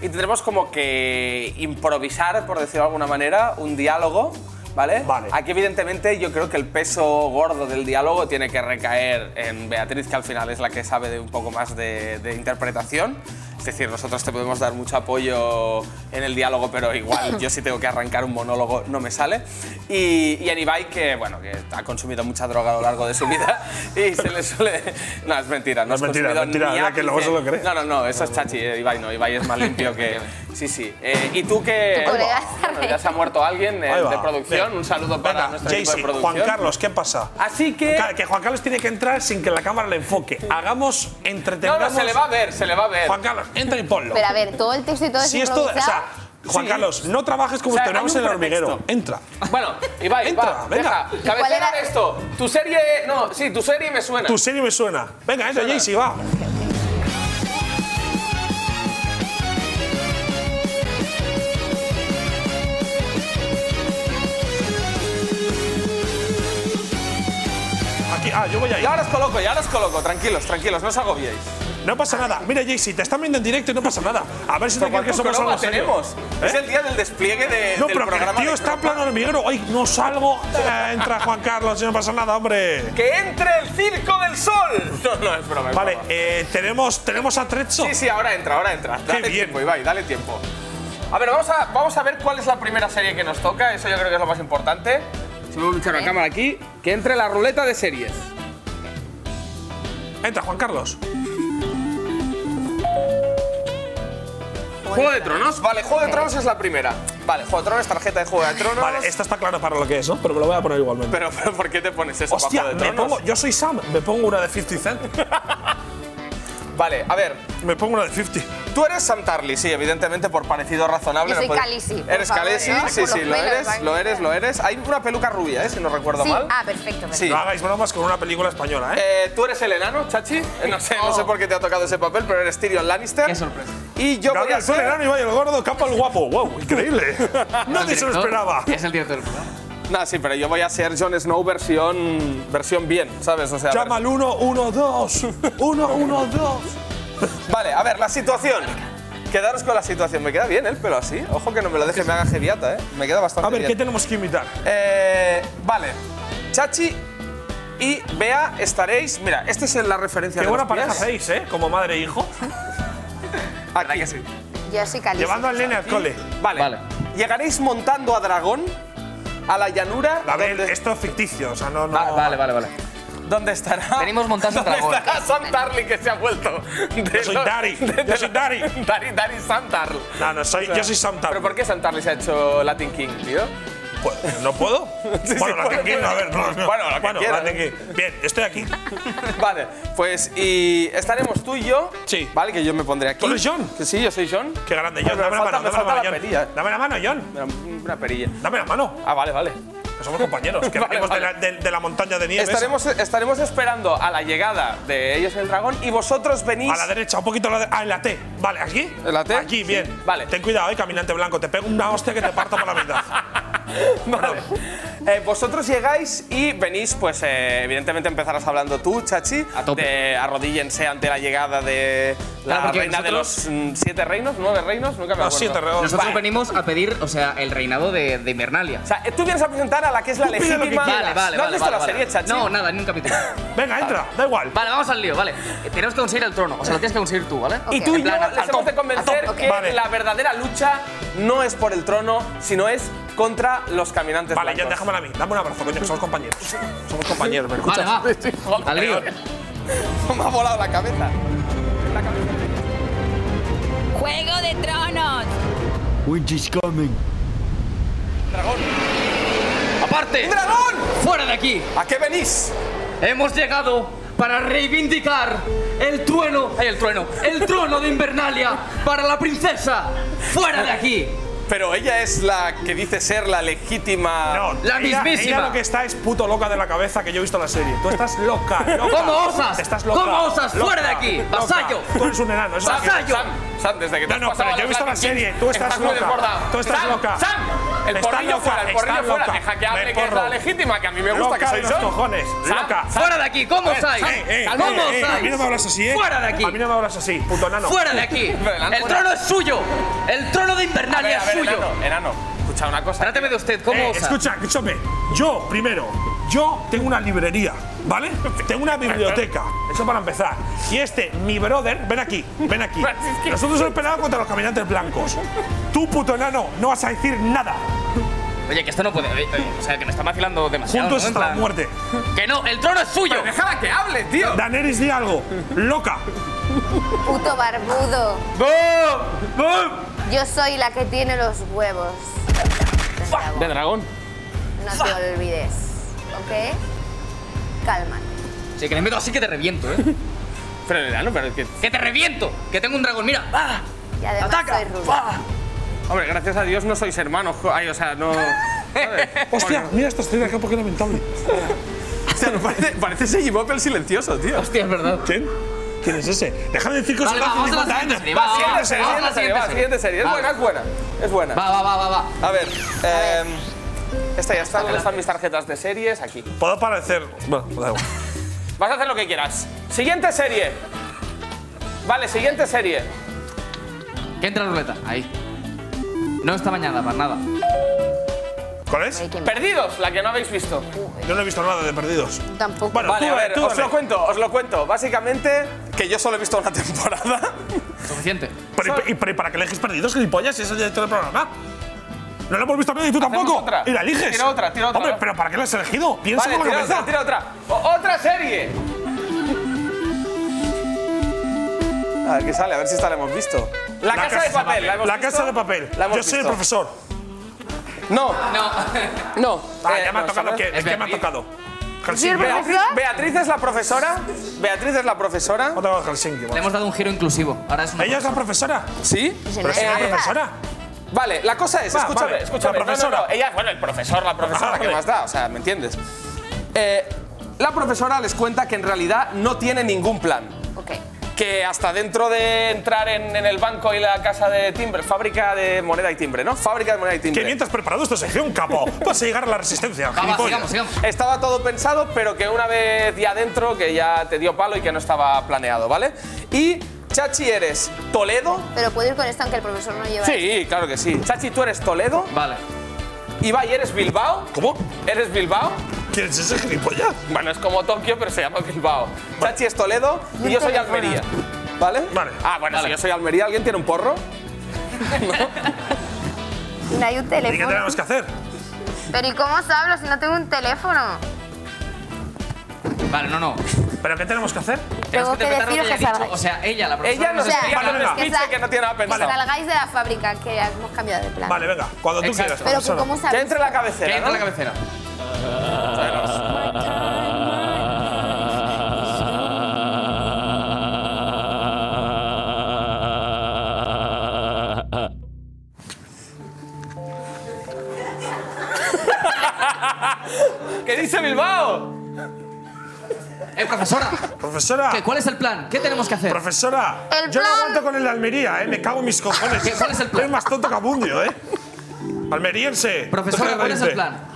[SPEAKER 1] Y tendremos como que improvisar, por decirlo de alguna manera, un diálogo, ¿vale? Aquí, evidentemente, yo creo que el peso gordo del diálogo tiene que recaer en Beatriz, que al final es la que sabe de un poco más de, de interpretación. Es decir, nosotros te podemos dar mucho apoyo en el diálogo, pero igual yo si tengo que arrancar un monólogo no me sale. Y, y en Ibai, que bueno, que ha consumido mucha droga a lo largo de su vida y se le suele... No, es mentira. No,
[SPEAKER 3] No es
[SPEAKER 1] has
[SPEAKER 3] mentira,
[SPEAKER 1] consumido
[SPEAKER 3] mentira,
[SPEAKER 1] ni
[SPEAKER 3] ya que luego
[SPEAKER 1] ápice.
[SPEAKER 3] se lo cree.
[SPEAKER 1] No, no, no, eso es chachi, eh, Ibai no, Ibai es más limpio que... Sí, sí. Eh, y tú que...
[SPEAKER 14] Tu colega
[SPEAKER 1] Bueno, ya se ha muerto alguien eh,
[SPEAKER 3] Ahí va.
[SPEAKER 1] de producción, un saludo para nuestro equipo de
[SPEAKER 3] Jaycee,
[SPEAKER 1] producción.
[SPEAKER 3] Juan Carlos, ¿qué pasa?
[SPEAKER 1] Así que.
[SPEAKER 3] Que Juan Carlos tiene que entrar sin que la cámara le enfoque. Hagamos,
[SPEAKER 1] No,
[SPEAKER 3] entretengamos.
[SPEAKER 1] no, se le va a ver, se le va a ver.
[SPEAKER 3] Juan Carlos, entra y ponlo.
[SPEAKER 14] Pero a ver, todo el texto y todo
[SPEAKER 3] si
[SPEAKER 14] es
[SPEAKER 3] esto. O
[SPEAKER 14] improvisado.
[SPEAKER 3] sea, Juan Carlos, no trabajes como
[SPEAKER 1] O sea,
[SPEAKER 3] si estuviéramos
[SPEAKER 1] hay
[SPEAKER 3] en
[SPEAKER 1] un
[SPEAKER 3] el hormiguero. Entra.
[SPEAKER 1] Bueno, Ibai,
[SPEAKER 3] Entra,
[SPEAKER 1] va,
[SPEAKER 3] venga.
[SPEAKER 1] deja, cabecera de esto. Tu serie... No, sí, tu serie me suena.
[SPEAKER 3] Tu serie me suena. Venga, entra, Jaycee, va. Aquí, ah, yo voy ahí.
[SPEAKER 1] Ya ahora os coloco, ya ahora os coloco. Tranquilos, tranquilos, no os agobiéis.
[SPEAKER 3] No pasa nada. Mira, Jaycee, te están viendo en directo y no pasa nada. A ver si te
[SPEAKER 1] Pero
[SPEAKER 3] crees que
[SPEAKER 1] ¿cuánto
[SPEAKER 3] somos algo
[SPEAKER 1] croma
[SPEAKER 3] serio.
[SPEAKER 1] tenemos?
[SPEAKER 3] ¿Eh?
[SPEAKER 1] Es el día del despliegue de,
[SPEAKER 3] No,
[SPEAKER 1] del
[SPEAKER 3] pero que el
[SPEAKER 1] programa.
[SPEAKER 3] tío
[SPEAKER 1] de-
[SPEAKER 3] está en plano hormiguero. ¡Ay, no salgo! Eh, entra Juan Carlos y no pasa nada, hombre.
[SPEAKER 1] ¡Que entre el circo del sol! No, no, es broma. es
[SPEAKER 3] Vale,
[SPEAKER 1] broma.
[SPEAKER 3] eh, tenemos, tenemos a Trecho.
[SPEAKER 1] Sí, sí, ahora entra, ahora entra. Dale tiempo, Ibai, dale tiempo. A ver, vamos a, vamos a ver cuál es la primera serie que nos toca. Eso yo creo que es lo más importante. Si me voy a echar la cámara aquí, que entre la ruleta de series.
[SPEAKER 3] Entra, Juan Carlos.
[SPEAKER 1] Juego de Tronos, vale, Juego de Tronos es la primera. Vale, Juego de Tronos, tarjeta de Juego de Tronos.
[SPEAKER 3] Vale, esta está clara para lo que es, ¿no? Pero me lo voy a poner igualmente.
[SPEAKER 1] Pero, pero ¿por qué te pones eso
[SPEAKER 3] Hostia,
[SPEAKER 1] para Juego
[SPEAKER 3] me
[SPEAKER 1] de Tronos?
[SPEAKER 3] pongo, yo soy Sam, me pongo una de 50 Cent.
[SPEAKER 1] Vale, a ver.
[SPEAKER 3] Me pongo una de 50.
[SPEAKER 1] Tú eres Sam Tarly, sí, evidentemente por parecido razonable.
[SPEAKER 14] Yo soy
[SPEAKER 1] puede-
[SPEAKER 14] Khaleesi, por
[SPEAKER 1] Eres
[SPEAKER 14] favor,
[SPEAKER 1] Khaleesi,
[SPEAKER 14] ¿no?
[SPEAKER 1] sí,
[SPEAKER 14] Con
[SPEAKER 1] sí,
[SPEAKER 14] los
[SPEAKER 1] lo
[SPEAKER 14] pelos,
[SPEAKER 1] eres,
[SPEAKER 14] vaya.
[SPEAKER 1] lo eres, lo eres. Hay una peluca rubia, ¿eh? si no recuerdo
[SPEAKER 14] Sí,
[SPEAKER 1] mal.
[SPEAKER 14] ah, perfecto, perfecto.
[SPEAKER 1] Sí.
[SPEAKER 3] No hagáis bromas con una película española, ¿eh?
[SPEAKER 1] Eh, tú eres el enano, Chachi. Eh, No sé,
[SPEAKER 3] Oh.
[SPEAKER 1] no sé por qué te ha tocado ese papel, pero eres Tyrion Lannister. Qué sorpresa. Y yo voy a
[SPEAKER 3] Gabriel
[SPEAKER 1] ser-
[SPEAKER 3] Solerano y Valle el Gordo, capa el guapo. ¡Wow! Increíble. Nadie se lo esperaba.
[SPEAKER 2] Es el director del programa.
[SPEAKER 1] No, sí, pero yo voy a ser Jon Snow versión, versión bien, ¿sabes? O sea,
[SPEAKER 3] Llama al 112. 112.
[SPEAKER 1] vale, a ver, la situación. Quedaros con la situación. Me queda bien el pelo así. Ojo que no me lo deje, me haga geviata, ¿eh? Me queda bastante
[SPEAKER 3] A ver,
[SPEAKER 1] bien.
[SPEAKER 3] ¿qué tenemos que imitar?
[SPEAKER 1] Eh, vale. Chachi y Bea estaréis. Mira, esta es la referencia
[SPEAKER 3] Qué
[SPEAKER 1] de
[SPEAKER 3] buena
[SPEAKER 1] los pies.
[SPEAKER 3] pareja hacéis, ¿eh? Como madre e hijo.
[SPEAKER 1] Aquí.
[SPEAKER 14] Yo soy Khaleesi.
[SPEAKER 3] Llevando al nene al cole.
[SPEAKER 1] Vale. Llegaréis montando a dragón a la llanura.
[SPEAKER 3] A ver, esto es ficticio, o sea, no. no
[SPEAKER 2] vale, vale, vale.
[SPEAKER 1] Ah. ¿Dónde estará?
[SPEAKER 2] Venimos montando un
[SPEAKER 1] ¿Dónde
[SPEAKER 2] dragón.
[SPEAKER 1] estará Sam Tarly que se ha vuelto?
[SPEAKER 3] Yo soy Dari, yo soy Dari.
[SPEAKER 1] Dari, Dari Sam Tarly.
[SPEAKER 3] No, no, soy, yo soy Sam
[SPEAKER 1] ¿Pero
[SPEAKER 3] Tarly.
[SPEAKER 1] por qué Sam Tarly se ha hecho Latin King, tío?
[SPEAKER 3] Pues, ¿No puedo?
[SPEAKER 1] Sí, sí,
[SPEAKER 3] bueno, la
[SPEAKER 1] puedo.
[SPEAKER 3] que quiera, a ver. No, no.
[SPEAKER 1] Bueno, la que quiera.
[SPEAKER 3] la que quiera. Bien, estoy aquí.
[SPEAKER 1] Vale, pues y estaremos tú y yo. Sí. Vale, que yo me pondré aquí.
[SPEAKER 3] ¿Tú eres John?
[SPEAKER 1] Que sí, yo soy John.
[SPEAKER 3] Qué grande,
[SPEAKER 1] Ah,
[SPEAKER 3] John.
[SPEAKER 1] pero
[SPEAKER 3] Dame
[SPEAKER 1] me
[SPEAKER 3] la
[SPEAKER 1] falta-
[SPEAKER 3] mano,
[SPEAKER 1] me
[SPEAKER 3] dame la
[SPEAKER 1] falta
[SPEAKER 3] mano,
[SPEAKER 1] la perilla.
[SPEAKER 3] John. Dame la mano, John.
[SPEAKER 1] Una, una perilla.
[SPEAKER 3] Dame la mano.
[SPEAKER 1] Ah, vale, vale.
[SPEAKER 3] Que somos compañeros, que
[SPEAKER 1] Vale,
[SPEAKER 3] venimos de
[SPEAKER 1] vale.
[SPEAKER 3] la- De, de la montaña de nieve. esa.
[SPEAKER 1] Estaremos, estaremos esperando a la llegada de ellos el dragón y vosotros venís.
[SPEAKER 3] A la derecha, un poquito a la de- Ah, en la T. Vale, ¿aquí?
[SPEAKER 1] ¿En la T?
[SPEAKER 3] Aquí,
[SPEAKER 1] Sí.
[SPEAKER 3] bien.
[SPEAKER 1] Vale.
[SPEAKER 3] Ten cuidado, eh, caminante blanco. Te pego una hostia que te parta por la mitad.
[SPEAKER 1] Vale. Eh, vosotros llegáis y venís, pues eh, evidentemente empezarás hablando tú, Chachi. A
[SPEAKER 2] tope.
[SPEAKER 1] arrodíllense ante la llegada de la
[SPEAKER 2] Claro, porque
[SPEAKER 1] reina
[SPEAKER 2] nosotros-
[SPEAKER 1] de los mm, siete reinos, nueve reinos, nunca me acuerdo.
[SPEAKER 3] Los siete reos.
[SPEAKER 2] Nosotros
[SPEAKER 1] Vale.
[SPEAKER 2] venimos a pedir, o sea, el reinado de, de Invernalia.
[SPEAKER 1] O sea, eh, tú vienes a presentar a la que es la
[SPEAKER 3] Tú pide lo que
[SPEAKER 1] legítima.
[SPEAKER 3] quieras.
[SPEAKER 2] Vale, vale,
[SPEAKER 1] ¿No has
[SPEAKER 2] vale,
[SPEAKER 1] visto
[SPEAKER 2] vale,
[SPEAKER 1] la
[SPEAKER 2] vale.
[SPEAKER 1] serie, Chachi?
[SPEAKER 2] No, nada, ni un capítulo.
[SPEAKER 3] Venga, entra, da igual.
[SPEAKER 2] Vale, vamos al lío, vale. Eh, Tenemos que conseguir el trono, o sea, lo tienes que conseguir tú, ¿vale?
[SPEAKER 1] Y tú y
[SPEAKER 2] En plan,
[SPEAKER 1] yo
[SPEAKER 2] al-
[SPEAKER 1] les
[SPEAKER 2] al
[SPEAKER 1] hemos
[SPEAKER 2] top,
[SPEAKER 1] de convencer
[SPEAKER 2] al top.
[SPEAKER 1] que
[SPEAKER 3] Vale.
[SPEAKER 1] la verdadera lucha no es por el trono, sino es contra los caminantes
[SPEAKER 3] Vale, John,
[SPEAKER 1] blancos.
[SPEAKER 3] déjamela a mí. Dame un abrazo, coño, que somos compañeros. Somos compañeros, ¿me escuchas?
[SPEAKER 2] Vale, va. Al lío.
[SPEAKER 1] Me ha volado la cabeza.
[SPEAKER 5] Juego de Tronos.
[SPEAKER 16] Winter's coming.
[SPEAKER 1] Dragón.
[SPEAKER 2] ¡Aparte!
[SPEAKER 1] dragón!
[SPEAKER 2] ¡Fuera de aquí!
[SPEAKER 1] ¿A qué venís?
[SPEAKER 2] Hemos llegado para reivindicar el trueno. ¡Ay, el trueno! El trono de Invernalia para la princesa. ¡Fuera de aquí!
[SPEAKER 1] Pero ella es la que dice ser la legítima.
[SPEAKER 3] No, ella- Ella lo que está es puto loca de la cabeza que yo he visto la serie. Tú estás loca, loca.
[SPEAKER 1] ¿Cómo osas?
[SPEAKER 3] Estás loca.
[SPEAKER 1] ¿Cómo osas?
[SPEAKER 3] loca,
[SPEAKER 1] ¡Fuera de aquí!
[SPEAKER 3] loca.
[SPEAKER 1] ¡Vasallo!
[SPEAKER 3] Tú eres un enano, eso es
[SPEAKER 1] ¡Vasallo!
[SPEAKER 3] así.
[SPEAKER 1] Sam, Sam, desde que te
[SPEAKER 3] No,
[SPEAKER 1] has
[SPEAKER 3] no,
[SPEAKER 1] pasado
[SPEAKER 3] pero
[SPEAKER 1] a
[SPEAKER 3] yo he
[SPEAKER 1] los
[SPEAKER 3] visto la
[SPEAKER 1] Latin Kings,
[SPEAKER 3] serie. Tú estás
[SPEAKER 1] muy
[SPEAKER 3] loca.
[SPEAKER 1] desbordado.
[SPEAKER 3] Tú estás
[SPEAKER 1] Sam,
[SPEAKER 3] loca.
[SPEAKER 1] ¡Sam! El
[SPEAKER 3] Estás
[SPEAKER 1] porrillo
[SPEAKER 3] loca,
[SPEAKER 1] fuera, el
[SPEAKER 3] estás
[SPEAKER 1] porrillo fuera.
[SPEAKER 3] loca.
[SPEAKER 1] Deja que hable,
[SPEAKER 3] Me
[SPEAKER 1] que es la
[SPEAKER 3] porro.
[SPEAKER 1] legítima, que a mí me gusta
[SPEAKER 3] Loca
[SPEAKER 1] que soy yo.
[SPEAKER 3] de los cojones,
[SPEAKER 1] Sam,
[SPEAKER 3] loca.
[SPEAKER 2] ¡Fuera de aquí! ¿Cómo
[SPEAKER 3] Eh,
[SPEAKER 2] osáis?
[SPEAKER 3] eh, eh,
[SPEAKER 2] ¿Cómo
[SPEAKER 3] eh, eh,
[SPEAKER 2] osáis?
[SPEAKER 3] A mí no me hablas así, ¿eh?
[SPEAKER 2] ¡Fuera de aquí!
[SPEAKER 3] A mí no me hablas así, puto enano.
[SPEAKER 2] ¡Fuera de aquí! ¡El trono es suyo! ¡El trono de
[SPEAKER 1] A ver,
[SPEAKER 2] Invernalia
[SPEAKER 1] a ver,
[SPEAKER 2] es suyo!
[SPEAKER 1] enano, enano, escucha una cosa.
[SPEAKER 2] Tráteme de usted, ¿cómo
[SPEAKER 3] Eh,
[SPEAKER 2] osa?
[SPEAKER 3] escucha, escúchame. Yo, primero, yo tengo una librería, ¿vale? Tengo una biblioteca. Eso para empezar. Y este, mi brother, ven aquí, ven aquí. Nosotros hemos peleado contra los caminantes blancos. Tú, puto enano, no vas a decir nada.
[SPEAKER 2] Oye, que esto no puede. oye, oye, o sea, que me está vacilando demasiado.
[SPEAKER 3] Juntos
[SPEAKER 2] ¿no? En
[SPEAKER 3] hasta la
[SPEAKER 2] plan-
[SPEAKER 3] muerte.
[SPEAKER 2] ¡Que no! ¡El trono es suyo!
[SPEAKER 1] Pero déjala que hable, tío.
[SPEAKER 3] Daneris, di algo. Loca.
[SPEAKER 14] Puto barbudo. Yo soy la que tiene los huevos.
[SPEAKER 2] De dragón.
[SPEAKER 14] No te olvides. ¿Ok? Cálmate.
[SPEAKER 2] Si que me meto así que te reviento, ¿eh?
[SPEAKER 9] Pero enano, pero es que.
[SPEAKER 2] ¡Que te reviento! ¡Que tengo un dragón! ¡Mira! ¡Ah!
[SPEAKER 14] Y además soy rubia.
[SPEAKER 9] Hombre, gracias a Dios no sois hermanos. jo- Ay, o sea, no. ¿sabes?
[SPEAKER 3] Hostia, mira esta estrella acá porque lamentable.
[SPEAKER 9] Hostia, no parece, parece Siggy Bob el silencioso, tío.
[SPEAKER 2] Hostia, es verdad.
[SPEAKER 3] ¿Quién? ¿Quién es ese? Déjame decir que
[SPEAKER 2] Vale,
[SPEAKER 3] os
[SPEAKER 2] va,
[SPEAKER 3] hace
[SPEAKER 2] vamos a la
[SPEAKER 3] 50
[SPEAKER 2] siguiente
[SPEAKER 3] años.
[SPEAKER 2] serie,
[SPEAKER 3] Va,
[SPEAKER 2] va,
[SPEAKER 3] siguiente
[SPEAKER 2] vamos a
[SPEAKER 3] serie.
[SPEAKER 1] Siguiente serie,
[SPEAKER 2] la
[SPEAKER 1] va, siguiente serie. Es
[SPEAKER 2] Vale.
[SPEAKER 1] buena, es buena. Es buena.
[SPEAKER 2] Va, va, va, va, va.
[SPEAKER 1] A ver, eh, esta ya está. ¿Dónde están mis tarjetas de series? Aquí.
[SPEAKER 3] Puedo parecer. Bueno, da igual.
[SPEAKER 1] Vas a hacer lo que quieras. Siguiente serie. Vale, siguiente serie.
[SPEAKER 2] Que entra la ruleta. Ahí. No está bañada para nada.
[SPEAKER 3] ¿Cuál es?
[SPEAKER 1] Perdidos, la que no habéis visto.
[SPEAKER 3] Yo no he visto nada de perdidos.
[SPEAKER 14] Tampoco.
[SPEAKER 3] Bueno,
[SPEAKER 1] vale,
[SPEAKER 3] tú,
[SPEAKER 1] a ver,
[SPEAKER 3] eh, tú,
[SPEAKER 1] os
[SPEAKER 3] dale.
[SPEAKER 1] lo cuento, os lo cuento. Básicamente, que yo solo he visto una temporada.
[SPEAKER 2] Suficiente.
[SPEAKER 3] Pero, y, pero, ¿y para qué eliges perdidos, gilipollas? Si es el director del programa. No lo hemos visto bien y tú tampoco.
[SPEAKER 1] otra.
[SPEAKER 3] Y la eliges.
[SPEAKER 1] Tira otra, tira otra.
[SPEAKER 3] Hombre, pero ¿para qué la has elegido? Piensa
[SPEAKER 1] Vale,
[SPEAKER 3] con la
[SPEAKER 1] tira
[SPEAKER 3] cabeza.
[SPEAKER 1] otra, tira otra. O- otra serie. A ver qué sale, a ver si esta la hemos visto. La, casa, de papel, la hemos
[SPEAKER 3] La
[SPEAKER 1] visto?
[SPEAKER 3] casa de papel.
[SPEAKER 1] La hemos
[SPEAKER 3] Yo soy el
[SPEAKER 1] visto.
[SPEAKER 3] profesor.
[SPEAKER 1] No,
[SPEAKER 2] No.
[SPEAKER 1] no.
[SPEAKER 3] Ah,
[SPEAKER 1] Eh,
[SPEAKER 3] ya me ha
[SPEAKER 1] no,
[SPEAKER 3] tocado.
[SPEAKER 1] ¿sabes?
[SPEAKER 3] ¿Qué,
[SPEAKER 2] Es
[SPEAKER 3] ¿qué me ha
[SPEAKER 2] Beatriz.
[SPEAKER 3] tocado?
[SPEAKER 14] ¿Sí,
[SPEAKER 3] Helsinki.
[SPEAKER 14] el profesor? Pues
[SPEAKER 1] Beatriz, Beatriz es la profesora. Beatriz es la profesora.
[SPEAKER 3] Otra vez Helsinki.
[SPEAKER 2] Le
[SPEAKER 3] bueno.
[SPEAKER 2] hemos dado un giro inclusivo. Ahora es una.
[SPEAKER 3] Ella es la profesora.
[SPEAKER 1] ¿Sí?
[SPEAKER 3] Pero si es la
[SPEAKER 1] Eh,
[SPEAKER 3] profesora.
[SPEAKER 1] Vale, la cosa es,
[SPEAKER 3] Va,
[SPEAKER 1] escúchame,
[SPEAKER 3] vale,
[SPEAKER 1] escúchame.
[SPEAKER 3] la
[SPEAKER 1] No, no,
[SPEAKER 3] profesora.
[SPEAKER 1] no, ella, bueno, el profesor, la
[SPEAKER 3] Ah,
[SPEAKER 1] profesora, ¿qué
[SPEAKER 3] vale.
[SPEAKER 1] más da? O sea, ¿me entiendes? Eh, la profesora les cuenta que en realidad no tiene ningún plan.
[SPEAKER 14] Ok.
[SPEAKER 1] Que hasta dentro de entrar en, en el banco y la casa de timbre, fábrica de moneda y timbre, ¿no? Fábrica de moneda y
[SPEAKER 3] Que
[SPEAKER 1] timbre.
[SPEAKER 3] mientras preparado esta sección, capo. Vas a llegar a la resistencia.
[SPEAKER 2] Va, va,
[SPEAKER 3] gilipollas.
[SPEAKER 2] sigamos, sigamos.
[SPEAKER 1] Estaba todo pensado, pero que una vez ya adentro, que ya te dio palo y que no estaba planeado, ¿vale? Y Chachi, eres Toledo.
[SPEAKER 14] Pero puedo ir con esto aunque el profesor no lleva.
[SPEAKER 1] Sí, claro que sí. Chachi, tú eres Toledo.
[SPEAKER 2] Vale.
[SPEAKER 1] Ibai, eres Bilbao.
[SPEAKER 3] ¿Cómo?
[SPEAKER 1] ¿Eres Bilbao?
[SPEAKER 3] ¿Quién es ese gilipollas?
[SPEAKER 1] Bueno, es como Tokio, pero se llama Bilbao. Chachi es Toledo y yo soy Almería. ¿Vale?
[SPEAKER 3] Vale.
[SPEAKER 1] Ah, bueno, si yo soy Almería, ¿alguien tiene un porro?
[SPEAKER 14] No hay un
[SPEAKER 3] ¿Y qué
[SPEAKER 14] teléfono.
[SPEAKER 3] tenemos que hacer?
[SPEAKER 14] Pero ¿y cómo os hablo si no tengo un teléfono?
[SPEAKER 2] Vale, no, no.
[SPEAKER 3] ¿Pero qué tenemos que hacer?
[SPEAKER 14] Tengo que
[SPEAKER 2] interpretar lo
[SPEAKER 14] deciros
[SPEAKER 2] ella ha
[SPEAKER 14] que
[SPEAKER 2] dicho.
[SPEAKER 14] salgáis.
[SPEAKER 2] O sea, ella, la profesora.
[SPEAKER 1] Ella nos
[SPEAKER 14] O sea,
[SPEAKER 1] explica
[SPEAKER 3] vale,
[SPEAKER 1] en
[SPEAKER 3] venga.
[SPEAKER 1] el speech que no tiene nada
[SPEAKER 14] Que
[SPEAKER 1] pensado.
[SPEAKER 14] salgáis de la fábrica, que hemos cambiado de plan.
[SPEAKER 3] Vale, venga. Cuando tú
[SPEAKER 2] Exacto.
[SPEAKER 3] quieras,
[SPEAKER 14] Pero que
[SPEAKER 3] profesora.
[SPEAKER 14] ¿cómo
[SPEAKER 1] Que
[SPEAKER 14] sabéis?
[SPEAKER 1] entre la
[SPEAKER 2] Que
[SPEAKER 1] cabecera,
[SPEAKER 2] entra
[SPEAKER 1] ¿no?
[SPEAKER 2] la cabecera.
[SPEAKER 1] ¿Qué dice Bilbao?
[SPEAKER 2] Eh, profesora.
[SPEAKER 3] Profesora.
[SPEAKER 2] ¿qué- ¿Cuál es el plan? ¿Qué tenemos que hacer?
[SPEAKER 3] Profesora,
[SPEAKER 14] El
[SPEAKER 3] yo no
[SPEAKER 14] plan-
[SPEAKER 3] aguanto con el de Almería, ¿eh? Me cago en mis cojones.
[SPEAKER 2] ¿Qué- cuál es el plan?
[SPEAKER 3] Es más tonto que Abundio, ¿eh? Almeriense.
[SPEAKER 2] Profesora,
[SPEAKER 3] deja de
[SPEAKER 2] ¿cuál es el
[SPEAKER 3] reírte.
[SPEAKER 2] plan?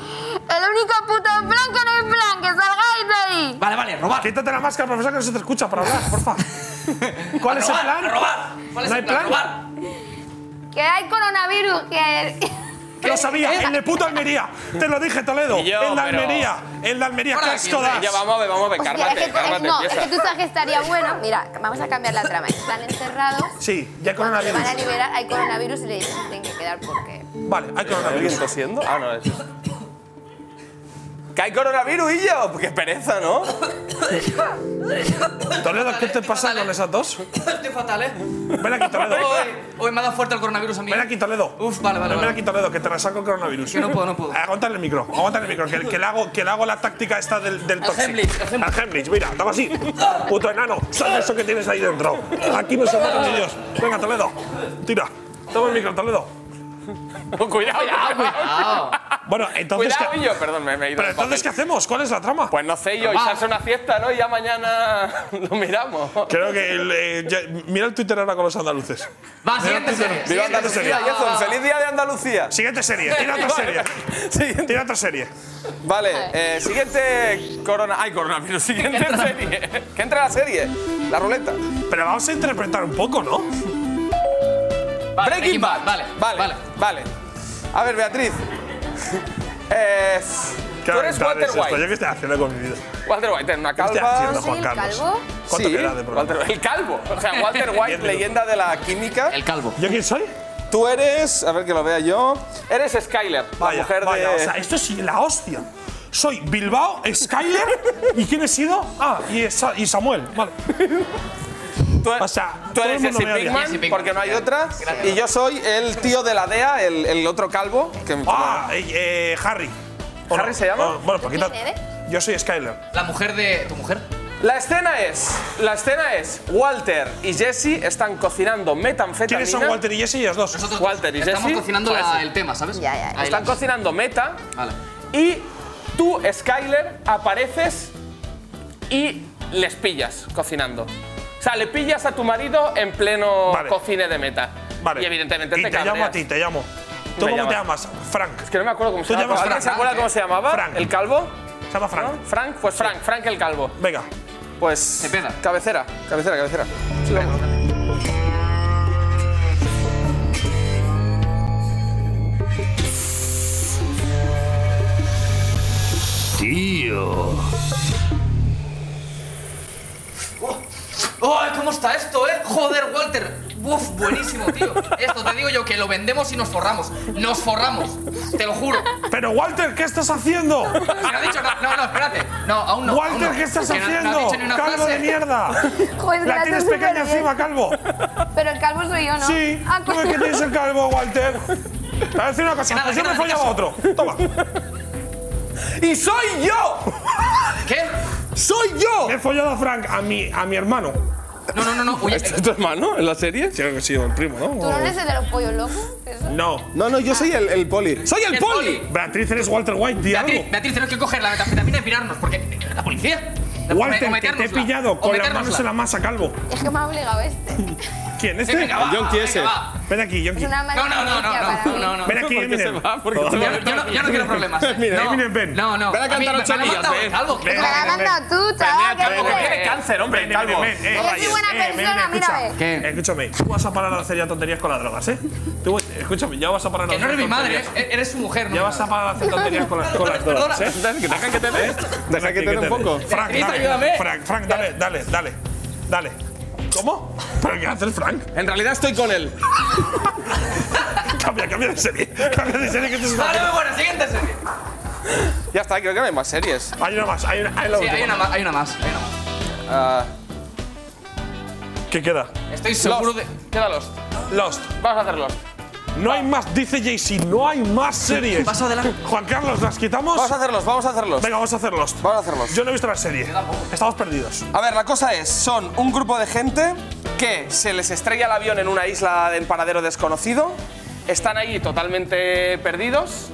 [SPEAKER 14] El único puto plan que no hay plan, que salgáis de ahí.
[SPEAKER 2] Vale, vale, robar.
[SPEAKER 3] Quítate la máscara, profesora, que no se te escucha para hablar, porfa. ¿Cuál es el
[SPEAKER 2] robar,
[SPEAKER 3] plan?
[SPEAKER 2] a robar. ¿Cuál es
[SPEAKER 3] ¿No
[SPEAKER 2] el
[SPEAKER 3] hay
[SPEAKER 2] plan?
[SPEAKER 3] plan?
[SPEAKER 2] Robar.
[SPEAKER 14] Que hay coronavirus, que.
[SPEAKER 3] Lo sabía,
[SPEAKER 2] ¿Eh?
[SPEAKER 3] el de puta Almería. Te lo dije, Toledo.
[SPEAKER 1] Y yo,
[SPEAKER 3] el de
[SPEAKER 1] pero-
[SPEAKER 3] Almería. El de Almería,
[SPEAKER 2] Ahora,
[SPEAKER 3] qué asco
[SPEAKER 2] ¿quién?
[SPEAKER 3] das.
[SPEAKER 1] Ya vamos a ver, vamos a ver,
[SPEAKER 14] Hostia,
[SPEAKER 1] cálmate,
[SPEAKER 14] es que, es-
[SPEAKER 1] cálmate,
[SPEAKER 14] no, es
[SPEAKER 1] empieza.
[SPEAKER 14] que tú sabes que estaría bueno. Mira, vamos a cambiar la trama. Están encerrados.
[SPEAKER 3] Sí, ya hay
[SPEAKER 14] Cuando le
[SPEAKER 3] coronavirus.
[SPEAKER 14] van a liberar, hay coronavirus y le dicen que tienen que quedar porque.
[SPEAKER 3] Vale, hay
[SPEAKER 1] ¿Alguien
[SPEAKER 3] coronavirus.
[SPEAKER 1] tosiendo? Ah, no, es. Ah, Que hay coronavirus y yo. Qué pereza, ¿no?
[SPEAKER 3] Toledo, ¿qué te pasa con esas dos?
[SPEAKER 2] Estoy fatal, ¿eh?
[SPEAKER 3] Ven aquí, Toledo.
[SPEAKER 2] Hoy, hoy me ha dado fuerte el coronavirus a mí.
[SPEAKER 3] Ven aquí, Toledo.
[SPEAKER 2] Uf, vale, vale.
[SPEAKER 3] Ven
[SPEAKER 2] vale.
[SPEAKER 3] aquí, Toledo, que te la saco el coronavirus. Eh,
[SPEAKER 2] Que no puedo, no puedo.
[SPEAKER 3] Aguántale el micro, aguántale el micro, que, que le, hago, que le hago la táctica esta del, del
[SPEAKER 2] Al
[SPEAKER 3] toxic.
[SPEAKER 2] Heimlich, al Heimlich.
[SPEAKER 3] Al Heimlich, mira, toma así. Puto enano, sal eso que tienes ahí dentro. Aquí no se matan ni Dios. Venga, Toledo, tira. Toma el micro, Toledo.
[SPEAKER 17] cuidado, cuidado.
[SPEAKER 3] Bueno, entonces.
[SPEAKER 17] Cuidado,
[SPEAKER 3] ¿qué-
[SPEAKER 17] Illo. Perdón, me, me he ido
[SPEAKER 3] Pero
[SPEAKER 17] del papel.
[SPEAKER 3] entonces, ¿qué hacemos? ¿Cuál es la trama?
[SPEAKER 17] Pues no sé, yo echarse una fiesta, ¿no? Y ya mañana lo miramos.
[SPEAKER 3] Creo que. el, eh, ya- mira el Twitter ahora con los andaluces.
[SPEAKER 2] Va,
[SPEAKER 3] Mira el
[SPEAKER 2] siguiente
[SPEAKER 3] Twitter.
[SPEAKER 2] serie.
[SPEAKER 3] Mira
[SPEAKER 2] Siguiente
[SPEAKER 3] el Twitter.
[SPEAKER 2] serie. Va, va, va.
[SPEAKER 1] ¡Feliz día de Andalucía!
[SPEAKER 3] Siguiente serie, tira otra serie. Tira otra serie.
[SPEAKER 1] Vale, eh, siguiente corona. Ay, coronavirus, siguiente serie. Que entre la serie, la ruleta.
[SPEAKER 3] Pero vamos a interpretar un poco, ¿no?
[SPEAKER 2] Vale,
[SPEAKER 1] Breaking Bad.
[SPEAKER 2] Vale,
[SPEAKER 1] Vale, vale. A ver, Beatriz. Eh,
[SPEAKER 3] ¿Qué
[SPEAKER 1] tú eres
[SPEAKER 3] mental
[SPEAKER 1] Walter
[SPEAKER 3] es esto? ¿Yo
[SPEAKER 1] White.
[SPEAKER 3] qué estoy haciendo con mi vida?
[SPEAKER 17] Walter White en una
[SPEAKER 3] ¿Qué estoy
[SPEAKER 17] calva.
[SPEAKER 3] haciendo, Este Juan Carlos? ¿Cuánto
[SPEAKER 17] Sí,
[SPEAKER 3] queda de programa?
[SPEAKER 17] Walter- el calvo. O sea, Walter White, leyenda de la química.
[SPEAKER 2] El calvo.
[SPEAKER 3] ¿Yo quién soy?
[SPEAKER 1] Tú eres, a ver que lo vea yo. Eres Skyler,
[SPEAKER 3] Vaya,
[SPEAKER 1] la mujer
[SPEAKER 3] vaya,
[SPEAKER 1] de.
[SPEAKER 3] o sea, esto es la hostia. Soy Bilbao, Skyler, ¿y quién he sido? Ah, y, Sa- y Samuel, vale.
[SPEAKER 1] Tú, e-
[SPEAKER 3] O sea,
[SPEAKER 1] tú
[SPEAKER 3] todo
[SPEAKER 1] eres
[SPEAKER 3] el mundo
[SPEAKER 1] Jesse
[SPEAKER 3] me odia.
[SPEAKER 1] Pinkman,
[SPEAKER 2] Jesse Pinkman,
[SPEAKER 1] porque no hay otra.
[SPEAKER 2] Gracias.
[SPEAKER 1] Y yo soy el tío de la DEA, el, el otro calvo. Que
[SPEAKER 3] Ah, eh, eh, Harry. ¿O
[SPEAKER 1] ¿Harry se llama?
[SPEAKER 3] O- bueno, Paquita.
[SPEAKER 14] ¿Quién eres?
[SPEAKER 3] Yo soy Skyler.
[SPEAKER 2] La mujer de. ¿Tu mujer?
[SPEAKER 1] La escena es, la escena es, Walter y Jesse están cocinando metanfetamina.
[SPEAKER 3] ¿Quiénes son Walter y Jesse? Ellos dos.
[SPEAKER 2] Nosotros
[SPEAKER 1] Walter y
[SPEAKER 2] estamos
[SPEAKER 1] Jesse.
[SPEAKER 2] cocinando
[SPEAKER 1] Pues,
[SPEAKER 2] la- el tema, ¿sabes?
[SPEAKER 14] Ya, ya, ya.
[SPEAKER 2] Ahí
[SPEAKER 1] Están
[SPEAKER 2] la-
[SPEAKER 1] cocinando meta
[SPEAKER 2] Vale.
[SPEAKER 1] y tú, Skyler, apareces y les pillas cocinando. O sea, le pillas a tu marido en pleno
[SPEAKER 3] Vale.
[SPEAKER 1] cocine de meta. Y evidentemente
[SPEAKER 3] Y
[SPEAKER 1] te,
[SPEAKER 3] te llamo
[SPEAKER 1] cabreas.
[SPEAKER 3] a ti, te llamo. ¿Tú
[SPEAKER 1] Me
[SPEAKER 3] cómo te
[SPEAKER 1] llamas.
[SPEAKER 3] llamas? Frank.
[SPEAKER 1] Es que no me acuerdo cómo se
[SPEAKER 3] Tú
[SPEAKER 1] llamaba.
[SPEAKER 3] llamas
[SPEAKER 1] ¿Alguien
[SPEAKER 3] Frank.
[SPEAKER 1] se acuerda cómo se llamaba?
[SPEAKER 3] Frank.
[SPEAKER 1] ¿El calvo?
[SPEAKER 3] Se llama Frank.
[SPEAKER 1] ¿No? Frank, pues Frank, Frank el calvo.
[SPEAKER 3] Venga.
[SPEAKER 1] Pues.
[SPEAKER 2] Cepeda.
[SPEAKER 1] Cabecera, cabecera, cabecera.
[SPEAKER 9] Tío.
[SPEAKER 2] ¡Oh, cómo está esto, eh! ¡Joder, Walter! ¡Uf, buenísimo, tío! Esto te digo yo que lo vendemos y nos forramos. ¡Nos forramos! Te lo juro.
[SPEAKER 3] Pero Walter, ¿qué estás haciendo?
[SPEAKER 2] Que no ha dicho na- No, no, espérate. No, aún no. aún
[SPEAKER 3] Walter,
[SPEAKER 2] no.
[SPEAKER 3] ¿qué estás
[SPEAKER 2] Que no- no ha
[SPEAKER 3] haciendo?
[SPEAKER 2] dicho ni una
[SPEAKER 3] calvo
[SPEAKER 2] frase.
[SPEAKER 3] de mierda.
[SPEAKER 14] Joder,
[SPEAKER 3] La
[SPEAKER 14] gracias,
[SPEAKER 3] tienes pequeña
[SPEAKER 14] superbién.
[SPEAKER 3] encima, calvo.
[SPEAKER 14] Pero el calvo soy yo, ¿no?
[SPEAKER 3] Sí,
[SPEAKER 14] Ah,
[SPEAKER 3] tú ves que tienes el calvo, Walter. Te voy a decir una cosa,
[SPEAKER 2] nada,
[SPEAKER 3] pues yo
[SPEAKER 2] que
[SPEAKER 3] me
[SPEAKER 2] nada,
[SPEAKER 3] follaba a otro. Toma,
[SPEAKER 1] ¡Y soy yo!
[SPEAKER 2] ¿Qué?
[SPEAKER 1] ¡Soy yo!
[SPEAKER 3] me he follado a Frank, a mi, a mi hermano.
[SPEAKER 2] No, no, no, no.
[SPEAKER 3] Este
[SPEAKER 2] Oye,
[SPEAKER 1] tu hermano en la serie?
[SPEAKER 3] Sí, que sí, el primo,
[SPEAKER 14] ¿Tú no eres el de los pollos locos? ¿Eso?
[SPEAKER 3] No.
[SPEAKER 1] No, no, yo soy el, el poli. ¡Soy el,
[SPEAKER 2] El
[SPEAKER 1] poli!
[SPEAKER 2] poli.
[SPEAKER 3] Beatriz, eres Walter White, di algo.
[SPEAKER 2] Beatriz, Beatriz, tenemos que coger la metanfetamina y pirarnos, porque la policía. La- o
[SPEAKER 3] Walter, que te he
[SPEAKER 2] metérnosla,
[SPEAKER 3] pillado
[SPEAKER 2] o
[SPEAKER 3] con las
[SPEAKER 2] metérnosla.
[SPEAKER 3] manos en la masa, calvo.
[SPEAKER 14] Es que me ha obligado este.
[SPEAKER 3] ¿Quién,
[SPEAKER 2] Eh,
[SPEAKER 3] este?
[SPEAKER 2] venga, va,
[SPEAKER 1] John Kiese.
[SPEAKER 2] venga, va.
[SPEAKER 3] Ven aquí, Yonki.
[SPEAKER 14] Es una mala
[SPEAKER 2] No, no, no,
[SPEAKER 14] noticia para
[SPEAKER 2] no,
[SPEAKER 14] mí.
[SPEAKER 2] no, no, no.
[SPEAKER 3] Ven aquí,
[SPEAKER 1] ¿Por qué se
[SPEAKER 3] Eminem.
[SPEAKER 1] va? ¿Por qué se va?
[SPEAKER 2] Yo, yo no, yo no quiero problemas. eh.
[SPEAKER 1] Mira,
[SPEAKER 2] no.
[SPEAKER 3] Eminem, ven.
[SPEAKER 2] No, no.
[SPEAKER 1] Ven a
[SPEAKER 2] mí
[SPEAKER 1] cantar
[SPEAKER 2] me- ¿eh?
[SPEAKER 1] ocho
[SPEAKER 2] me la ha
[SPEAKER 1] millas,
[SPEAKER 2] mandado
[SPEAKER 1] ven.
[SPEAKER 2] el calvo.
[SPEAKER 14] Me la has
[SPEAKER 3] ven, ven.
[SPEAKER 14] mandado tú, chaval.
[SPEAKER 1] Venía el calvo,
[SPEAKER 14] ¿qué
[SPEAKER 1] que
[SPEAKER 14] dices?
[SPEAKER 1] tiene cáncer, hombre, el
[SPEAKER 3] Ven,
[SPEAKER 1] calvo.
[SPEAKER 3] ven, ven, eh,
[SPEAKER 14] Eres
[SPEAKER 3] Ryan,
[SPEAKER 14] buena
[SPEAKER 3] eh, ven,
[SPEAKER 14] persona,
[SPEAKER 3] ven, escucha. Eh,
[SPEAKER 14] mira,
[SPEAKER 2] ¿Qué?
[SPEAKER 3] Escúchame, tú vas a parar de hacer ya tonterías con las drogas, ¿eh? Tú, escúchame, ya vas a parar de
[SPEAKER 2] Que no
[SPEAKER 3] hacer
[SPEAKER 2] eres mi madre,
[SPEAKER 3] tonterías.
[SPEAKER 2] eh, eres su mujer. no
[SPEAKER 3] Ya
[SPEAKER 2] mi
[SPEAKER 3] vas a
[SPEAKER 2] madre.
[SPEAKER 3] parar de hacer tonterías con, las- con las drogas, ¿eh?
[SPEAKER 1] Deja que- Deja que te dé. Deja que
[SPEAKER 3] Aquí,
[SPEAKER 1] te dé un poco.
[SPEAKER 3] Frank,
[SPEAKER 2] Beatriz,
[SPEAKER 3] dale,
[SPEAKER 2] ayúdame.
[SPEAKER 3] Frank, Frank, dale, dale, dale, dale. ¿Cómo? ¿Pero qué hace el Frank?
[SPEAKER 1] En realidad estoy con él.
[SPEAKER 3] Cambia, cambia de serie. Cambia de serie que te
[SPEAKER 2] Vale, bueno, siguiente serie.
[SPEAKER 1] Ya está, creo que no hay más series.
[SPEAKER 3] Hay una más, hay una, hay la
[SPEAKER 2] Sí,
[SPEAKER 3] última.
[SPEAKER 2] hay una más, hay una más. hay una más.
[SPEAKER 1] Ah,
[SPEAKER 3] ¿Qué queda?
[SPEAKER 2] Estoy seguro
[SPEAKER 1] Lost.
[SPEAKER 2] de.
[SPEAKER 1] Queda Lost.
[SPEAKER 3] Lost.
[SPEAKER 1] Vamos a hacer Lost.
[SPEAKER 3] No hay más, dice Jay-Z, no hay más series.
[SPEAKER 2] Paso adelante.
[SPEAKER 3] Juan Carlos, ¿las quitamos?
[SPEAKER 1] Vamos a hacerlos, vamos a hacerlos.
[SPEAKER 3] Venga, vamos a hacer Lost.
[SPEAKER 1] Vamos a hacer Lost.
[SPEAKER 3] Yo no he visto la serie. Estamos perdidos.
[SPEAKER 1] A ver, la cosa es, son un grupo de gente que se les estrella el avión en una isla de paradero desconocido, están ahí totalmente perdidos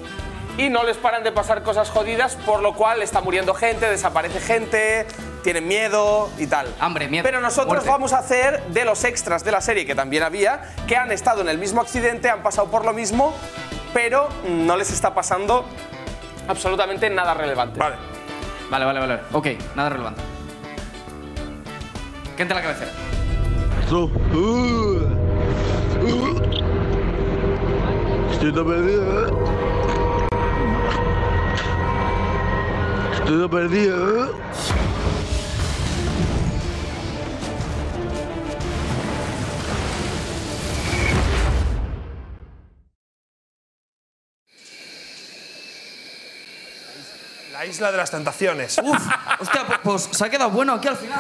[SPEAKER 1] y no les paran de pasar cosas jodidas, por lo cual está muriendo gente, desaparece gente, tienen miedo y tal.
[SPEAKER 2] Hambre, miedo,
[SPEAKER 1] Pero nosotros
[SPEAKER 2] muerte.
[SPEAKER 1] vamos a hacer de los extras de la serie que también había, que han estado en el mismo accidente, han pasado por lo mismo, pero no les está pasando absolutamente nada relevante.
[SPEAKER 3] Vale.
[SPEAKER 2] Vale, vale, vale. Ok, nada relevante. ¿Qué entra la cabecera?
[SPEAKER 9] uh, Estoy todo perdido. ¿eh? Estoy todo perdido. ¿eh?
[SPEAKER 3] La Isla de las Tentaciones.
[SPEAKER 2] Uh.
[SPEAKER 3] Uf,
[SPEAKER 6] hostia, pues, pues se ha quedado bueno aquí al final.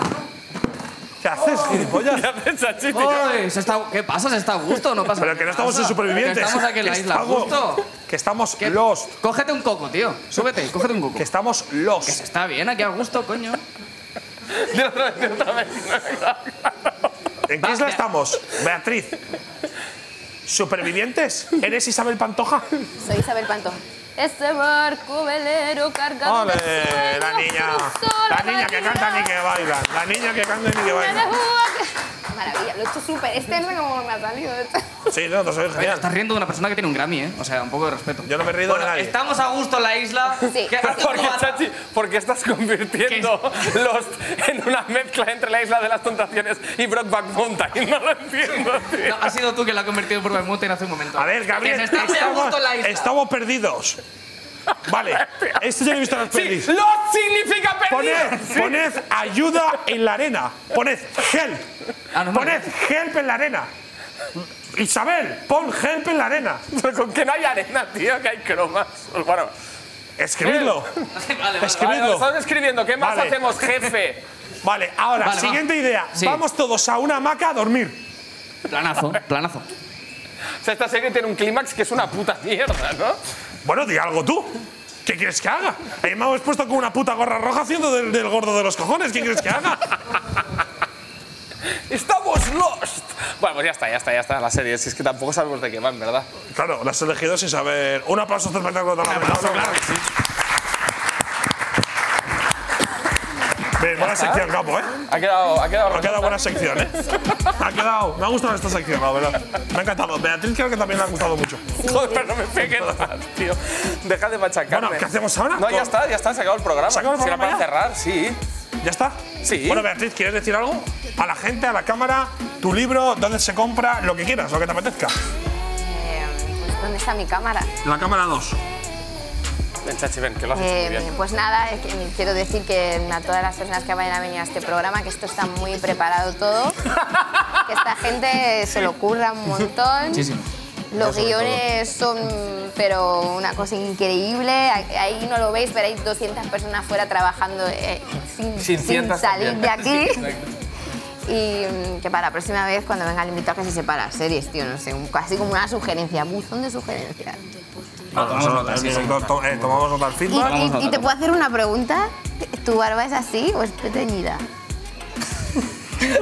[SPEAKER 3] ¿Qué haces, gilipollas?
[SPEAKER 6] ¿Qué haces, Ay, se está- ¿Qué pasa? ¿Se está a gusto o no pasa
[SPEAKER 3] Pero que no estamos en
[SPEAKER 6] pasa?
[SPEAKER 3] supervivientes.
[SPEAKER 6] Que estamos aquí en la
[SPEAKER 3] Que
[SPEAKER 6] isla, a
[SPEAKER 3] estamos-
[SPEAKER 6] gusto.
[SPEAKER 3] Que estamos lost.
[SPEAKER 6] Cógete un coco, tío. Súbete, cógete un coco. Que
[SPEAKER 3] estamos lost.
[SPEAKER 6] Que se está bien aquí a gusto, coño.
[SPEAKER 3] ¿En qué isla estamos? Beatriz. ¿Supervivientes? ¿Eres Isabel Pantoja?
[SPEAKER 14] Soy Isabel Pantoja. Este barco velero cargado
[SPEAKER 3] ¡Ole!
[SPEAKER 14] de sueños
[SPEAKER 3] La niña.
[SPEAKER 5] pues
[SPEAKER 14] cruzó
[SPEAKER 3] La niña que canta ni que baila. La niña que canta ni que
[SPEAKER 14] bahía
[SPEAKER 3] baila.
[SPEAKER 14] de Huaca. Maravilla, lo he hecho súper. Este no sé cómo me ha salido.
[SPEAKER 3] Sí, no, no soy
[SPEAKER 6] genial. Estás riendo de una persona que tiene un Grammy, ¿eh? O sea, un poco de respeto. Yo
[SPEAKER 3] no me he
[SPEAKER 6] rido de nadie. Estamos a gusto en la isla.
[SPEAKER 14] Sí.
[SPEAKER 6] ¿Qué-
[SPEAKER 1] Porque, Chachi, porque estás convirtiendo Lost en una mezcla entre la isla de las tentaciones y Brockback Mountain. No lo entiendo, tío.
[SPEAKER 6] No, ha sido tú que la has convertido en Brockback Mountain hace un momento.
[SPEAKER 1] A ver,
[SPEAKER 3] Gabriel,
[SPEAKER 6] Que se está muy a
[SPEAKER 3] estamos,
[SPEAKER 6] gusto en la isla.
[SPEAKER 3] estamos perdidos. Vale, esto ya lo he visto en las pelis.
[SPEAKER 1] Lost significa perdido.
[SPEAKER 3] Poned,
[SPEAKER 1] Sí.
[SPEAKER 3] poned ayuda en la arena. Poned help.
[SPEAKER 6] Ah,
[SPEAKER 3] poned help en la arena. Isabel, pon help en la arena.
[SPEAKER 1] Pero con que no hay arena, tío, que hay cromas. Bueno.
[SPEAKER 3] Escribidlo.
[SPEAKER 6] vale,
[SPEAKER 3] Escribidlo.
[SPEAKER 1] Vale, lo estamos escribiendo. ¿Qué más
[SPEAKER 3] Vale.
[SPEAKER 1] hacemos, jefe?
[SPEAKER 3] Vale, ahora,
[SPEAKER 1] Vale, va.
[SPEAKER 3] siguiente idea.
[SPEAKER 1] Sí.
[SPEAKER 3] Vamos todos a una hamaca a dormir.
[SPEAKER 6] Planazo, planazo.
[SPEAKER 1] O sea, esta serie tiene un clímax que es una puta mierda, ¿no?
[SPEAKER 3] Bueno, di algo tú. ¿Qué quieres que haga? Ahí me hemos puesto con una puta gorra roja haciendo del, del gordo de los cojones. ¿Qué quieres que haga?
[SPEAKER 1] ¡Estamos lost! Bueno, pues ya está, ya está, ya está. La serie, si es que tampoco sabemos de qué va, en verdad.
[SPEAKER 3] Claro, las has elegido sin saber. Un aplauso espectacular. Un aplauso, claro que sí. Bien, buena sección, capo, ¿eh?
[SPEAKER 1] Ha quedado, ha quedado,
[SPEAKER 3] ha quedado buena sección, ¿eh? Ha quedado. Me ha gustado esta sección, la verdad. Me ha encantado. Beatriz creo que también le ha gustado mucho.
[SPEAKER 1] Joder, pero no me pegues más, tío. Deja de machacarme.
[SPEAKER 3] Bueno, ¿qué hacemos ahora?
[SPEAKER 1] No, ya está, ya está, se acabó el programa.
[SPEAKER 3] ¿Se acabó el
[SPEAKER 1] Si era
[SPEAKER 3] programa
[SPEAKER 1] para
[SPEAKER 3] ya?
[SPEAKER 1] cerrar, sí.
[SPEAKER 3] ¿Ya está?
[SPEAKER 1] Sí.
[SPEAKER 3] Bueno, Beatriz, ¿quieres decir algo? A la gente, a la cámara, tu libro, dónde se compra, lo que quieras, lo que te apetezca.
[SPEAKER 14] Pues, ¿Dónde está mi cámara?
[SPEAKER 3] La cámara 2.
[SPEAKER 1] Ven, Chachi, ven, que lo has hecho
[SPEAKER 14] Eh,
[SPEAKER 1] muy bien.
[SPEAKER 14] pues nada, eh, que- quiero decir que a todas las personas que vayan a venir a este programa, que esto está muy preparado todo, que esta gente se lo curra un montón. Los guiones son, pero una cosa increíble. A- Ahí no lo veis, pero hay 200 personas fuera trabajando eh, sin, sin
[SPEAKER 1] cientas también.
[SPEAKER 14] salir de aquí.
[SPEAKER 1] Sí, exacto.
[SPEAKER 14] Y mm, que para la próxima vez, cuando venga el invitado, que se separa series, tío, no sé, un- casi como una sugerencia, buzón de sugerencias.
[SPEAKER 3] tomamos nota, sí, sí. To- eh, Tomamos nota al
[SPEAKER 14] Y,
[SPEAKER 3] feedback.
[SPEAKER 14] y- y te puedo hacer una pregunta. ¿Tu barba es así o es teñida?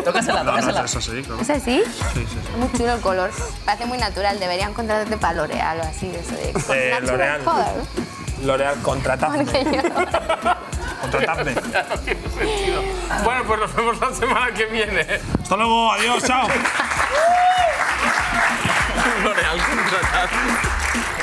[SPEAKER 6] Tócasela,
[SPEAKER 3] No, no,
[SPEAKER 6] tócasela.
[SPEAKER 3] eso sí, claro.
[SPEAKER 14] ¿Es así?
[SPEAKER 3] Sí, sí.
[SPEAKER 14] Es muy chulo el color. Parece muy natural. Deberían contratarte para L'Oreal o así. de Eso de
[SPEAKER 3] Eh,
[SPEAKER 14] natural
[SPEAKER 3] L'Oreal.
[SPEAKER 14] color.
[SPEAKER 3] L'Oreal, contratadme.
[SPEAKER 14] Porque yo-
[SPEAKER 3] Contratadme.
[SPEAKER 1] Bueno, pues nos vemos la semana que viene.
[SPEAKER 3] Hasta luego, adiós, chao.
[SPEAKER 1] L'Oreal contratado.